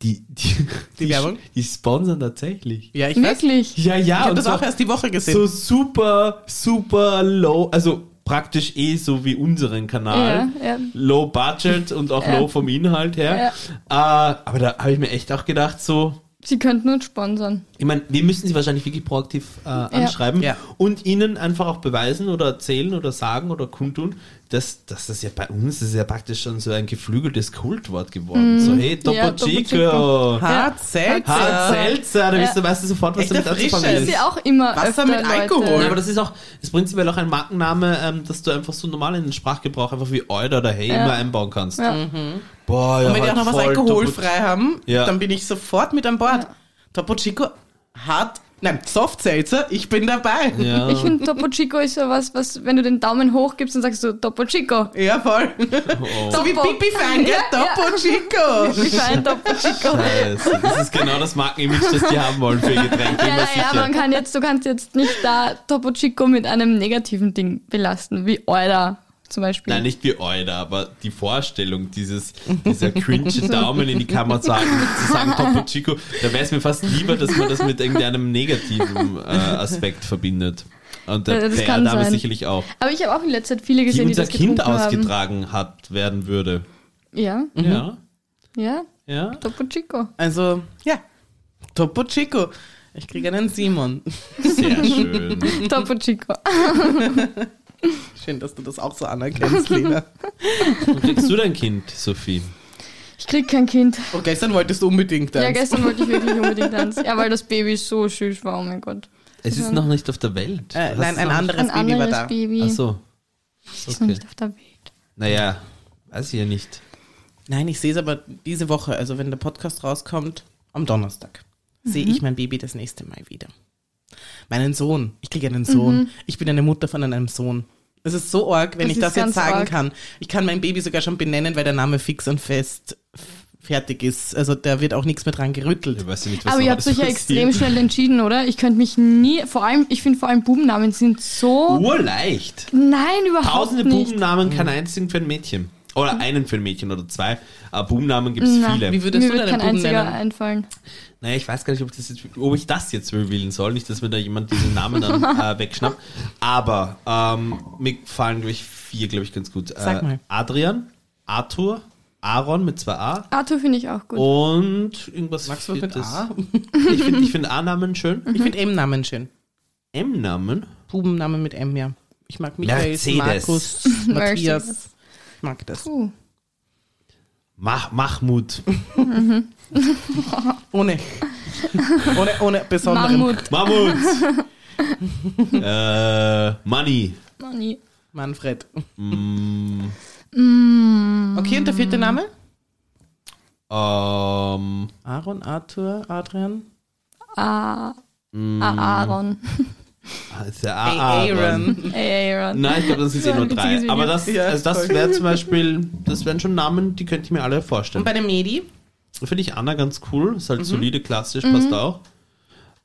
Speaker 3: Die, die, die,
Speaker 1: Werbung?
Speaker 3: Die sponsern tatsächlich.
Speaker 1: Ja, ich weiß.
Speaker 2: wirklich.
Speaker 3: Ja, ja,
Speaker 1: Ich habe
Speaker 3: und
Speaker 1: das auch
Speaker 3: zwar
Speaker 1: erst die Woche gesehen.
Speaker 3: so super, super low, also praktisch eh so wie unseren Kanal.
Speaker 2: Ja, ja.
Speaker 3: Low budget und auch
Speaker 2: Ja.
Speaker 3: low vom Inhalt her. Äh, aber da habe ich mir echt auch gedacht, so,
Speaker 2: Sie könnten uns sponsern.
Speaker 3: ich meine, wir müssen sie wahrscheinlich wirklich proaktiv äh, anschreiben
Speaker 1: Ja.
Speaker 3: und ihnen einfach auch beweisen oder erzählen oder sagen oder kundtun, dass, dass das ja bei uns das ist ja praktisch schon so ein geflügeltes Kultwort geworden. So, hey, Topo
Speaker 2: Mhm. Ja, Topo
Speaker 3: Chico,
Speaker 2: Chico.
Speaker 1: Hartzelzer.
Speaker 3: hart Seltzer, da
Speaker 2: Ja.
Speaker 3: wisst du, weißt du sofort, was
Speaker 1: Echte
Speaker 3: damit anzufangen
Speaker 1: Frische.
Speaker 2: Ist
Speaker 3: ist.
Speaker 2: ja auch immer
Speaker 1: Wasser
Speaker 2: öfter
Speaker 1: mit
Speaker 2: Leute.
Speaker 1: Alkohol.
Speaker 3: Ja, aber das ist auch, ist prinzipiell auch ein Markenname, ähm, dass du einfach so normal in den Sprachgebrauch einfach wie Euder oder Hey
Speaker 2: Ja.
Speaker 3: immer einbauen kannst.
Speaker 2: Ja.
Speaker 1: Mhm.
Speaker 3: Boah, ja,
Speaker 1: Und wenn die auch
Speaker 3: halt
Speaker 1: noch was
Speaker 3: voll
Speaker 1: alkoholfrei haben,
Speaker 3: Ja.
Speaker 1: dann bin ich sofort mit an Bord. Topo Chico hat, nein, Softselzer, ich bin dabei.
Speaker 3: Topo- Ja.
Speaker 2: Ich finde, Topo Chico ist so was, was, wenn du den Daumen hoch gibst und sagst so, Topo Chico.
Speaker 1: Ja, voll.
Speaker 3: Oh.
Speaker 1: So wie
Speaker 2: Topo.
Speaker 1: Pipi Fein, gell?
Speaker 2: Ja,
Speaker 1: Topo Chico.
Speaker 2: Ich war ein Topo Chico.
Speaker 3: Scheiße. Das ist genau das Markenimage, das die haben wollen für ihr Getränk. bin
Speaker 2: Ja,
Speaker 3: mir
Speaker 2: ja, ja,
Speaker 3: sicher.
Speaker 2: man kann jetzt, du kannst jetzt nicht da Topo Chico mit einem negativen Ding belasten, wie Euler zum Beispiel.
Speaker 3: Nein, nicht wie Euda, aber die Vorstellung, dieses, dieser cringe Daumen in die Kamera zu sagen, zu sagen Topo Chico, da wäre es mir fast lieber, dass man das mit irgendeinem negativen äh, Aspekt verbindet. Und der
Speaker 2: Ja, das
Speaker 3: ja,
Speaker 2: kann
Speaker 3: Dame
Speaker 2: sein.
Speaker 3: sicherlich auch.
Speaker 2: Aber ich habe auch in letzter Zeit viele
Speaker 3: Die
Speaker 2: gesehen, die,
Speaker 3: unser
Speaker 2: das
Speaker 3: Kind
Speaker 2: getrunken haben. Mhm.
Speaker 3: ausgetragen hat, werden würde.
Speaker 2: Ja,
Speaker 3: Ja,
Speaker 2: ja,
Speaker 3: ja.
Speaker 2: Topo Chico.
Speaker 1: Also, ja, Topo Chico. Ich kriege einen Simon.
Speaker 3: Sehr schön.
Speaker 2: Topo Chico.
Speaker 1: Schön, dass du das auch so anerkennst, Lena.
Speaker 3: Und kriegst du dein Kind, Sophie?
Speaker 2: Ich krieg kein Kind.
Speaker 1: Und gestern wolltest du unbedingt eins.
Speaker 2: Ja, gestern wollte ich wirklich unbedingt eins. Ja, weil das Baby so süß war, oh mein Gott.
Speaker 3: Es ist noch nicht auf der Welt.
Speaker 1: Äh,
Speaker 3: Hast
Speaker 1: nein,
Speaker 3: du
Speaker 1: ein
Speaker 3: noch-
Speaker 1: anderes Baby
Speaker 2: Ein
Speaker 1: war
Speaker 2: anderes
Speaker 1: da.
Speaker 2: Baby
Speaker 3: Ach so.
Speaker 2: ist noch
Speaker 3: Okay.
Speaker 2: nicht auf der Welt.
Speaker 3: Naja, weiß ich ja nicht.
Speaker 1: Nein, ich sehe es aber diese Woche, also wenn der Podcast rauskommt, am Donnerstag, sehe
Speaker 2: Mhm.
Speaker 1: ich mein Baby das nächste Mal wieder. Meinen Sohn. Ich kriege einen Sohn. Ich bin eine Mutter von einem Sohn. Es ist so arg, wenn
Speaker 2: Mhm. Das
Speaker 1: ich das
Speaker 2: ist
Speaker 1: jetzt
Speaker 2: ganz
Speaker 1: sagen
Speaker 2: arg.
Speaker 1: kann. Ich kann mein Baby sogar schon benennen, weil der Name fix und fest f- fertig ist. Also da wird auch nichts mehr dran gerüttelt.
Speaker 3: Ich weiß ja nicht, was
Speaker 2: Aber
Speaker 3: noch
Speaker 2: ihr habt
Speaker 3: alles
Speaker 2: euch ja
Speaker 3: passiert.
Speaker 2: extrem schnell entschieden, oder? Ich könnte mich nie, vor allem, ich finde vor allem Bubennamen sind so.
Speaker 3: Urleicht.
Speaker 2: Nein, überhaupt
Speaker 3: Uh. Tausende
Speaker 2: nicht.
Speaker 3: Bubennamen,
Speaker 1: Mhm.
Speaker 3: keinen einzigen für ein Mädchen. Oder einen für ein Mädchen oder zwei. Aber Bubennamen gibt es
Speaker 2: Na,
Speaker 1: Wie
Speaker 3: viele.
Speaker 1: würdest
Speaker 2: Mir
Speaker 1: du
Speaker 2: wird
Speaker 1: deinen
Speaker 2: kein
Speaker 1: Buben
Speaker 2: einziger
Speaker 1: nennen?
Speaker 2: einfallen.
Speaker 3: Naja, ich weiß gar nicht, ob, das jetzt, ob ich das jetzt revealen soll. Nicht, dass mir da jemand diesen Namen dann äh, wegschnappt. Aber ähm, mir fallen, glaube ich, vier, glaube ich, ganz gut.
Speaker 1: Sag
Speaker 3: äh,
Speaker 1: mal.
Speaker 3: Adrian, Arthur, Aaron mit zwei A
Speaker 2: Arthur finde ich auch gut.
Speaker 3: Oh, und irgendwas
Speaker 1: Magst du was mit
Speaker 3: Viertes.
Speaker 1: A?
Speaker 3: Ich finde ich find A-Namen schön.
Speaker 1: Ich finde
Speaker 2: Mhm.
Speaker 1: M-Namen schön.
Speaker 3: M-Namen?
Speaker 1: Bubennamen mit M, ja. Ich mag Michael,
Speaker 3: Mercedes.
Speaker 1: Markus, Matthias.
Speaker 2: Mercedes.
Speaker 1: Ich mag das.
Speaker 2: Puh.
Speaker 3: Mach, Mahmut.
Speaker 1: Ohne. Ohne, ohne besonderen.
Speaker 2: Mammut.
Speaker 3: Mammut! äh, Money.
Speaker 2: Noch nie.
Speaker 1: Manfred. Okay, und der vierte Name?
Speaker 3: Ähm,
Speaker 1: Aaron, Arthur, Adrian.
Speaker 2: Ah,
Speaker 3: Hm.
Speaker 2: Aaron.
Speaker 3: Ist ja
Speaker 1: Aaron.
Speaker 3: Aaron.
Speaker 2: Aaron.
Speaker 3: ah, Nein, ich glaube, das ist eh
Speaker 2: Das war
Speaker 3: nur
Speaker 2: ein witziges
Speaker 3: drei.
Speaker 2: Video.
Speaker 3: Aber das,
Speaker 1: Ja,
Speaker 3: also das
Speaker 1: voll.
Speaker 3: wäre zum Beispiel, das wären schon Namen, die könnte ich mir alle
Speaker 1: Und
Speaker 3: vorstellen.
Speaker 1: bei der Medi?
Speaker 3: Finde ich Anna ganz cool, ist
Speaker 2: Mhm.
Speaker 3: halt solide, klassisch, passt auch.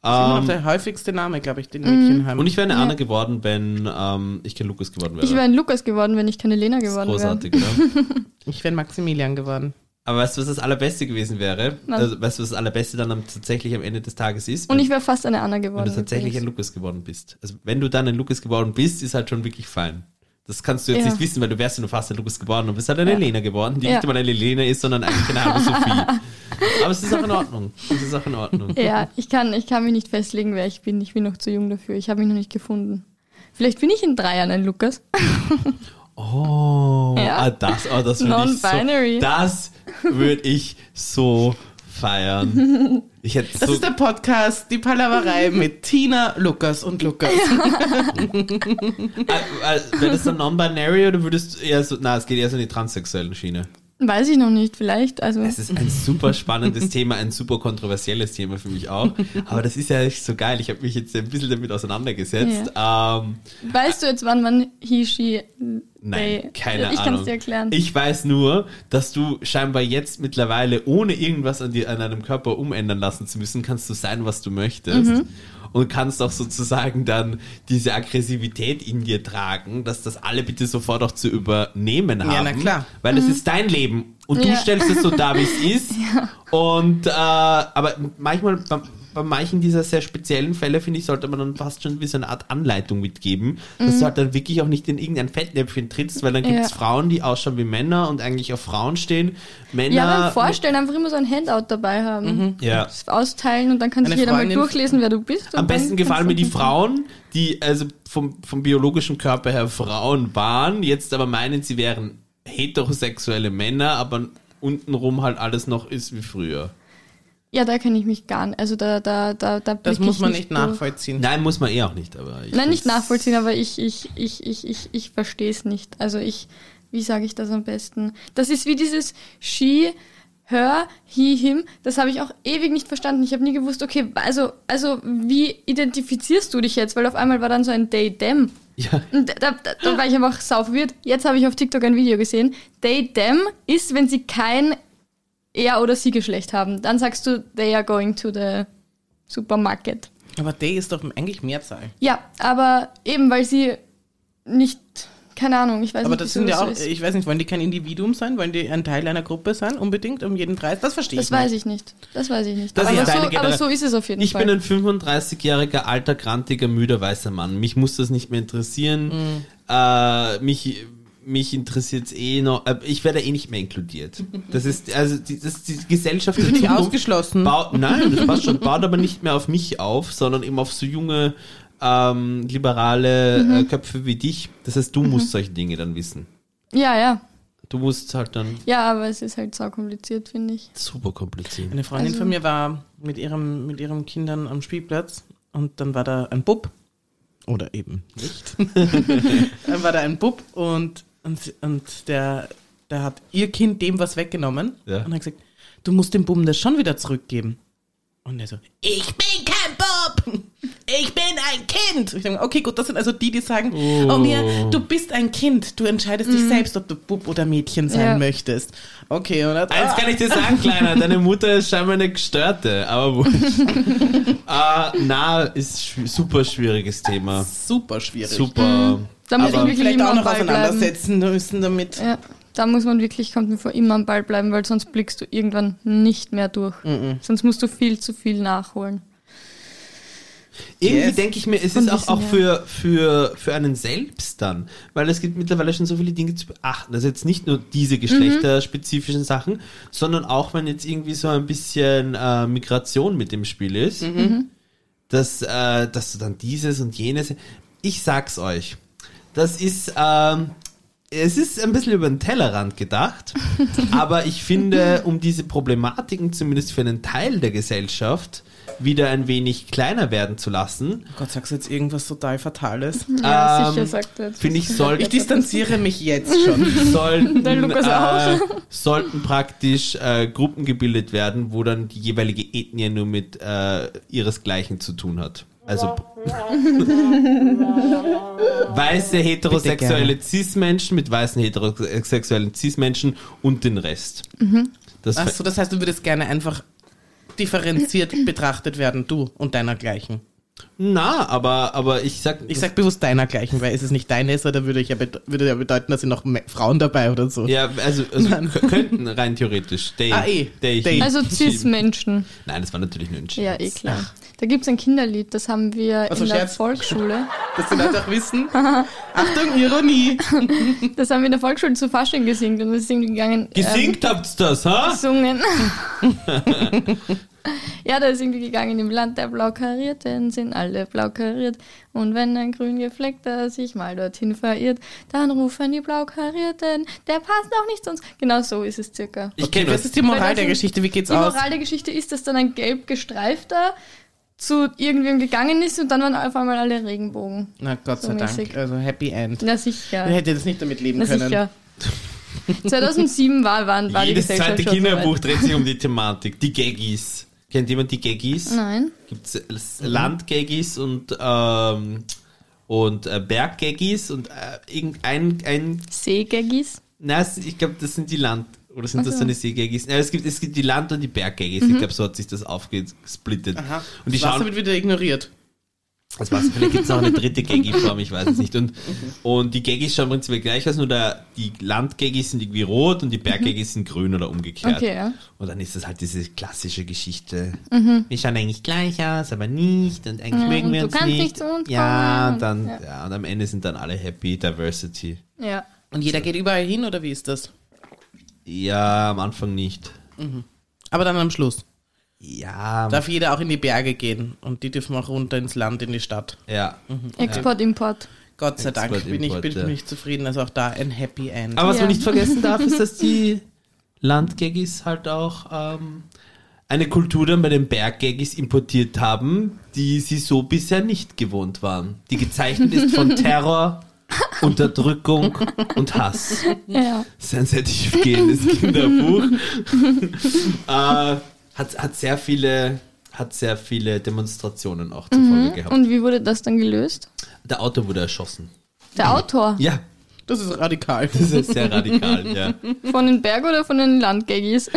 Speaker 1: Immer noch
Speaker 3: Ähm,
Speaker 1: der häufigste Name, glaube ich, den Mädchen haben.
Speaker 3: und ich wäre eine Anna geworden, wenn ähm, ich kein Lukas geworden wäre.
Speaker 2: Ich wäre ein Lukas geworden, wenn ich keine Lena
Speaker 3: das ist
Speaker 2: geworden wäre.
Speaker 3: großartig, oder?
Speaker 1: ich wäre Maximilian geworden.
Speaker 3: Aber weißt du, was das Allerbeste gewesen wäre?
Speaker 2: Was?
Speaker 3: Also, weißt du, was das Allerbeste dann am, tatsächlich am Ende des Tages ist?
Speaker 2: Und
Speaker 3: Wenn-
Speaker 2: ich wäre fast eine Anna
Speaker 3: Wenn
Speaker 2: geworden.
Speaker 3: du tatsächlich ein
Speaker 2: übrigens.
Speaker 3: Lukas geworden bist. Also wenn du dann ein Lukas geworden bist, ist halt schon wirklich fein. Das kannst du jetzt
Speaker 2: Ja.
Speaker 3: nicht wissen, weil du wärst ja nur fast ein Lukas geboren und bist halt eine
Speaker 2: Ja.
Speaker 3: Lena geboren, die
Speaker 2: Ja.
Speaker 3: nicht mal eine Lena ist, sondern eigentlich eine halbe Sophie. Aber es ist auch in Ordnung. Es ist auch in Ordnung.
Speaker 2: Ja, ich kann, ich kann mich nicht festlegen, wer ich bin. Ich bin noch zu jung dafür. Ich habe mich noch nicht gefunden. Vielleicht bin ich in drei Jahren ein Lukas.
Speaker 3: Oh,
Speaker 2: Ja.
Speaker 3: ah, das, oh, das würde ich so,
Speaker 2: Non-binary.
Speaker 3: das würde ich so feiern. Ich hätte
Speaker 1: Das
Speaker 3: so,
Speaker 1: ist der Podcast, die Palaverei mit Tina, Lukas und Lukas.
Speaker 3: Ah, ah, wäre das dann non-binary oder würdest du eher so, na, es geht eher so in die transsexuellen Schiene.
Speaker 2: Weiß ich noch nicht, vielleicht. Also,
Speaker 3: Es ist ein super spannendes Thema, ein super kontroversielles Thema für mich auch. Aber das ist ja echt so geil. Ich habe mich jetzt ein bisschen damit auseinandergesetzt. Ähm,
Speaker 2: weißt du jetzt, wann man he, she,
Speaker 3: Nein,
Speaker 2: they-
Speaker 3: keine Ahnung.
Speaker 2: Ich kann es dir erklären.
Speaker 3: Ich weiß nur, dass du scheinbar jetzt mittlerweile, ohne irgendwas an, dir, an deinem Körper umändern lassen zu müssen, kannst du sein, was du möchtest.
Speaker 2: Mhm.
Speaker 3: Und kannst auch sozusagen dann diese Aggressivität in dir tragen, dass das alle bitte sofort auch zu übernehmen haben.
Speaker 1: Ja, na klar.
Speaker 3: Weil es ist dein Leben und du
Speaker 2: Mhm. Ja.
Speaker 3: stellst es so dar, wie es ist. Und äh, aber manchmal bei, bei manchen dieser sehr speziellen Fälle finde ich, sollte man dann fast schon wie so eine Art Anleitung mitgeben, dass du halt dann wirklich auch nicht in irgendein Fettnäpfchen trittst, weil dann gibt es
Speaker 2: Mhm. Ja.
Speaker 3: Frauen, die ausschauen wie Männer und eigentlich auf Frauen stehen. Männer.
Speaker 2: ja, beim Vorstellen einfach immer so ein Handout dabei haben.
Speaker 3: Ja.
Speaker 2: Das austeilen und dann kann sich
Speaker 1: Eine
Speaker 2: jeder mal
Speaker 1: Freundin-
Speaker 2: durchlesen, wer du bist. und dann
Speaker 3: Am besten
Speaker 2: kannst
Speaker 3: gefallen
Speaker 2: du-
Speaker 3: mir die Frauen, die also vom, vom biologischen Körper her Frauen waren, jetzt aber meinen, sie wären heterosexuelle Männer, aber untenrum halt alles noch ist wie früher.
Speaker 2: Ja, da kenne ich mich gar nicht. Also da, da, da, da
Speaker 1: Das
Speaker 2: blick
Speaker 1: muss
Speaker 2: ich
Speaker 1: man nicht
Speaker 2: durch.
Speaker 1: nachvollziehen.
Speaker 3: Nein, muss man eh auch nicht, aber ich
Speaker 2: Nein, nicht
Speaker 3: find's-
Speaker 2: nachvollziehen, aber ich, ich, ich, ich, ich, ich verstehe es nicht. Also ich, wie sage ich das am besten? Das ist wie dieses she, her, he, him. Das habe ich auch ewig nicht verstanden. Ich habe nie gewusst, okay, also, also wie identifizierst du dich jetzt? Weil auf einmal war dann so ein they, them.
Speaker 3: Ja,
Speaker 2: Und da, da, da war ich einfach sau verwirrt. Jetzt habe ich auf TikTok ein Video gesehen. They, them ist, wenn sie kein er oder sie Geschlecht haben. Dann sagst du, they are going to the supermarket.
Speaker 1: Aber Day ist doch eigentlich Mehrzahl.
Speaker 2: Ja, aber eben, weil sie nicht, keine Ahnung, ich weiß
Speaker 1: Aber
Speaker 2: nicht,
Speaker 1: das
Speaker 2: wieso
Speaker 1: sind ja
Speaker 2: so
Speaker 1: auch,
Speaker 2: ist.
Speaker 1: ich weiß nicht, wollen die kein Individuum sein? Wollen die ein Teil einer Gruppe sein? Unbedingt, um jeden Preis? Das verstehe
Speaker 2: das
Speaker 1: ich. nicht.
Speaker 2: weiß ich nicht. Das weiß ich nicht.
Speaker 3: Das
Speaker 2: aber,
Speaker 3: ist deine
Speaker 2: so,
Speaker 3: Genera-
Speaker 2: aber so ist es auf jeden
Speaker 3: ich
Speaker 2: Fall.
Speaker 3: bin ein 35-jähriger, alter, krantiger, müder, weißer Mann. Mich muss das nicht mehr interessieren. Äh, mich mich interessiert eh noch. äh, Ich werde eh nicht mehr inkludiert. Das ist, also die, das, die Gesellschaft der
Speaker 1: Bin ich
Speaker 3: Zukunft
Speaker 1: ausgeschlossen?
Speaker 3: Baut, nein, das passt schon. Baut aber nicht mehr auf mich auf, sondern eben auf so junge, ähm, liberale äh, Köpfe wie dich. Das heißt, du musst solche Dinge dann wissen.
Speaker 2: ja, ja.
Speaker 3: Du musst halt dann
Speaker 2: Ja, aber es ist halt sau kompliziert, finde ich.
Speaker 3: super kompliziert.
Speaker 1: Eine Freundin
Speaker 2: Also-
Speaker 1: von mir war mit, ihrem, mit ihren Kindern am Spielplatz und dann war da ein Bub. Oder eben nicht. dann war da ein Bub und, und, und der, der hat ihr Kind dem was weggenommen
Speaker 3: Ja.
Speaker 1: und hat gesagt, du musst dem Buben das schon wieder zurückgeben. Und er so, ich bin kein Bub! Ich bin ein Kind! Und ich denke, okay, gut, das sind also die, die sagen, oh, mir, du bist ein Kind, du entscheidest dich selbst, ob du Bub oder Mädchen sein
Speaker 2: Mhm. Ja.
Speaker 1: möchtest. Okay, und hat,
Speaker 3: Eins kann ich dir sagen, Kleiner, deine Mutter ist scheinbar eine gestörte, aber wurscht. äh, na, ist schw- super schwieriges Thema.
Speaker 1: super schwierig.
Speaker 3: Super.
Speaker 2: Mhm. Da muss man
Speaker 1: Aber
Speaker 2: wirklich
Speaker 1: vielleicht
Speaker 2: immer
Speaker 1: auch
Speaker 2: am
Speaker 1: noch
Speaker 2: Ball bleiben.
Speaker 1: auseinandersetzen müssen damit.
Speaker 2: Ja, da muss man wirklich, kommt mir vor, immer am Ball bleiben, weil sonst blickst du irgendwann nicht mehr durch.
Speaker 1: Mhm.
Speaker 2: Sonst musst du viel zu viel nachholen.
Speaker 3: Irgendwie
Speaker 1: Yes.
Speaker 3: denke ich mir, es
Speaker 2: Von
Speaker 3: ist auch,
Speaker 2: Wissen
Speaker 3: auch
Speaker 2: her.
Speaker 3: für, für, für einen selbst dann, weil es gibt mittlerweile schon so viele Dinge zu beachten. Also jetzt nicht nur diese geschlechterspezifischen Sachen, sondern auch wenn jetzt irgendwie so ein bisschen äh, Migration mit dem Spiel ist, dass, äh, dass du dann dieses und jenes. Ich sag's euch, das ist. Ähm, es ist ein bisschen über den Tellerrand gedacht, aber ich finde, um diese Problematiken zumindest für einen Teil der Gesellschaft wieder ein wenig kleiner werden zu lassen,
Speaker 1: oh Gott, sagst du jetzt irgendwas total Fatales?
Speaker 2: Ja,
Speaker 3: Ähm,
Speaker 2: sicher sagt er. jetzt.
Speaker 3: finde ich, soll,
Speaker 1: Ich distanziere mich jetzt schon.
Speaker 3: sollten,
Speaker 2: Der Lukas
Speaker 3: äh,
Speaker 2: auch.
Speaker 3: sollten praktisch äh, Gruppen gebildet werden, wo dann die jeweilige Ethnie nur mit äh, ihresgleichen zu tun hat. Also weiße heterosexuelle
Speaker 1: gerne.
Speaker 3: Cis-Menschen mit weißen heterosexuellen Cis-Menschen und den Rest.
Speaker 1: Mhm.
Speaker 3: Das
Speaker 1: Achso, das heißt, du würdest gerne einfach differenziert betrachtet werden, du und deinergleichen.
Speaker 3: Na, aber, aber ich sag,
Speaker 1: Ich sag bewusst deinergleichen, weil ist es nicht deine ist, dann würde ich ja bede- würde ja bedeuten, dass sind noch mehr Frauen dabei oder so.
Speaker 3: ja, also, also
Speaker 1: Nein.
Speaker 3: kö- könnten rein theoretisch. Day,
Speaker 1: Ah, eh.
Speaker 3: Day,
Speaker 1: Day.
Speaker 2: Also Cis-Menschen.
Speaker 3: Nein, das war natürlich nur ein Scherz.
Speaker 2: Ja, eh klar. Da gibt es ein Kinderlied, das haben wir
Speaker 1: Also
Speaker 2: in der
Speaker 1: Scherz.
Speaker 2: Volksschule.
Speaker 1: Dass die Leute auch wissen. Achtung, Ironie.
Speaker 2: Das haben wir in der Volksschule zu Fasching gesingt und es sind gegangen.
Speaker 3: Gesingt habt's das, ha?
Speaker 2: Ähm, gesungen. ja, da ist irgendwie gegangen im Land der Blaukarierten sind alle blau kariert. Und wenn ein grün gefleckter sich mal dorthin verirrt, dann rufen die Blaukarierten, der passt auch nicht zu uns. Genau so ist es circa.
Speaker 3: Ich
Speaker 1: Okay,
Speaker 3: kenne
Speaker 1: was
Speaker 3: das.
Speaker 1: ist die
Speaker 2: Weil
Speaker 1: Moral
Speaker 2: das
Speaker 1: der
Speaker 2: sind-
Speaker 1: Geschichte? Wie geht's
Speaker 2: Die
Speaker 1: aus?
Speaker 2: Moral der Geschichte ist, dass dann ein gelb gestreifter zu irgendwem gegangen ist und dann waren auf einmal alle Regenbogen.
Speaker 1: Na Gott
Speaker 2: So
Speaker 1: sei Dank.
Speaker 2: mäßig.
Speaker 1: Also Happy End.
Speaker 2: Na
Speaker 1: Ich
Speaker 2: sicher.
Speaker 1: hätte das nicht damit leben
Speaker 2: Na
Speaker 1: können.
Speaker 2: sicher. 2007 war, waren, war die
Speaker 3: Jedes
Speaker 2: Gesellschaft
Speaker 3: zweite
Speaker 2: schon so weit.
Speaker 3: Kinderbuch dreht sich um die Thematik. Die Gaggis. Kennt jemand die Gaggis?
Speaker 2: Nein.
Speaker 3: Gibt es Landgaggis und, ähm, und äh, Berggaggis und äh, irgendein ein
Speaker 2: Seegaggis.
Speaker 3: Na, es- ich glaube, das sind die Land- oder sind das
Speaker 2: Ach so. Mhm.
Speaker 3: dann die Seegaggis? Na, es gibt, es gibt die Land- und die Berggaggis. Ich glaube, so hat sich das aufgesplittet.
Speaker 1: Aha.
Speaker 3: Und die
Speaker 1: das Wasser
Speaker 3: schauen,
Speaker 1: wird wieder ignoriert.
Speaker 3: das war's. Vielleicht gibt es noch eine dritte Gaggi-Form, ich weiß es nicht. Und,
Speaker 1: Mhm.
Speaker 3: und die Gaggis schauen prinzipiell gleich aus, nur da, die Landgaggis sind irgendwie rot und die Berggaggis sind grün oder umgekehrt.
Speaker 2: Okay, ja.
Speaker 3: Und dann ist das halt diese klassische Geschichte. Wir schauen eigentlich gleich aus, aber nicht und eigentlich
Speaker 2: Mhm. Ja,
Speaker 3: mögen
Speaker 2: und
Speaker 3: wir
Speaker 2: du
Speaker 3: uns
Speaker 2: kannst
Speaker 3: nicht.
Speaker 2: nicht zu uns
Speaker 3: ja,
Speaker 2: kommen
Speaker 3: und
Speaker 2: und-
Speaker 3: dann, ja.
Speaker 2: ja.
Speaker 3: und am Ende sind dann alle happy, Diversity.
Speaker 2: Ja.
Speaker 1: Und jeder geht überall hin, oder wie ist das?
Speaker 3: Ja, am Anfang nicht.
Speaker 1: Aber dann am Schluss.
Speaker 3: Ja,
Speaker 1: Darf jeder auch in die Berge gehen und die dürfen auch runter ins Land, in die Stadt.
Speaker 3: ja.
Speaker 2: Mhm. Export, Import.
Speaker 1: Gott sei Dank
Speaker 3: Export,
Speaker 1: bin ich, bin ich
Speaker 3: Import, ja.
Speaker 1: zufrieden. Also auch da ein Happy End.
Speaker 3: Aber was man
Speaker 2: Ja.
Speaker 3: nicht vergessen darf, ist, dass die Landgaggis halt auch ähm, eine Kultur dann bei den Berggaggis importiert haben, die sie so bisher nicht gewohnt waren. Die gezeichnet ist von Terror, Unterdrückung und Hass.
Speaker 2: Ja.
Speaker 3: Sensitiv gehendes Kinderbuch. äh, hat, hat sehr viele hat sehr viele Demonstrationen auch zur Folge gehabt.
Speaker 2: Mhm. Und wie wurde das dann gelöst?
Speaker 3: Der Autor wurde erschossen.
Speaker 2: Der Autor.
Speaker 3: Ja,
Speaker 1: Das ist radikal.
Speaker 3: das ist sehr radikal, ja.
Speaker 2: Von den Berg- oder von den Landgaggis?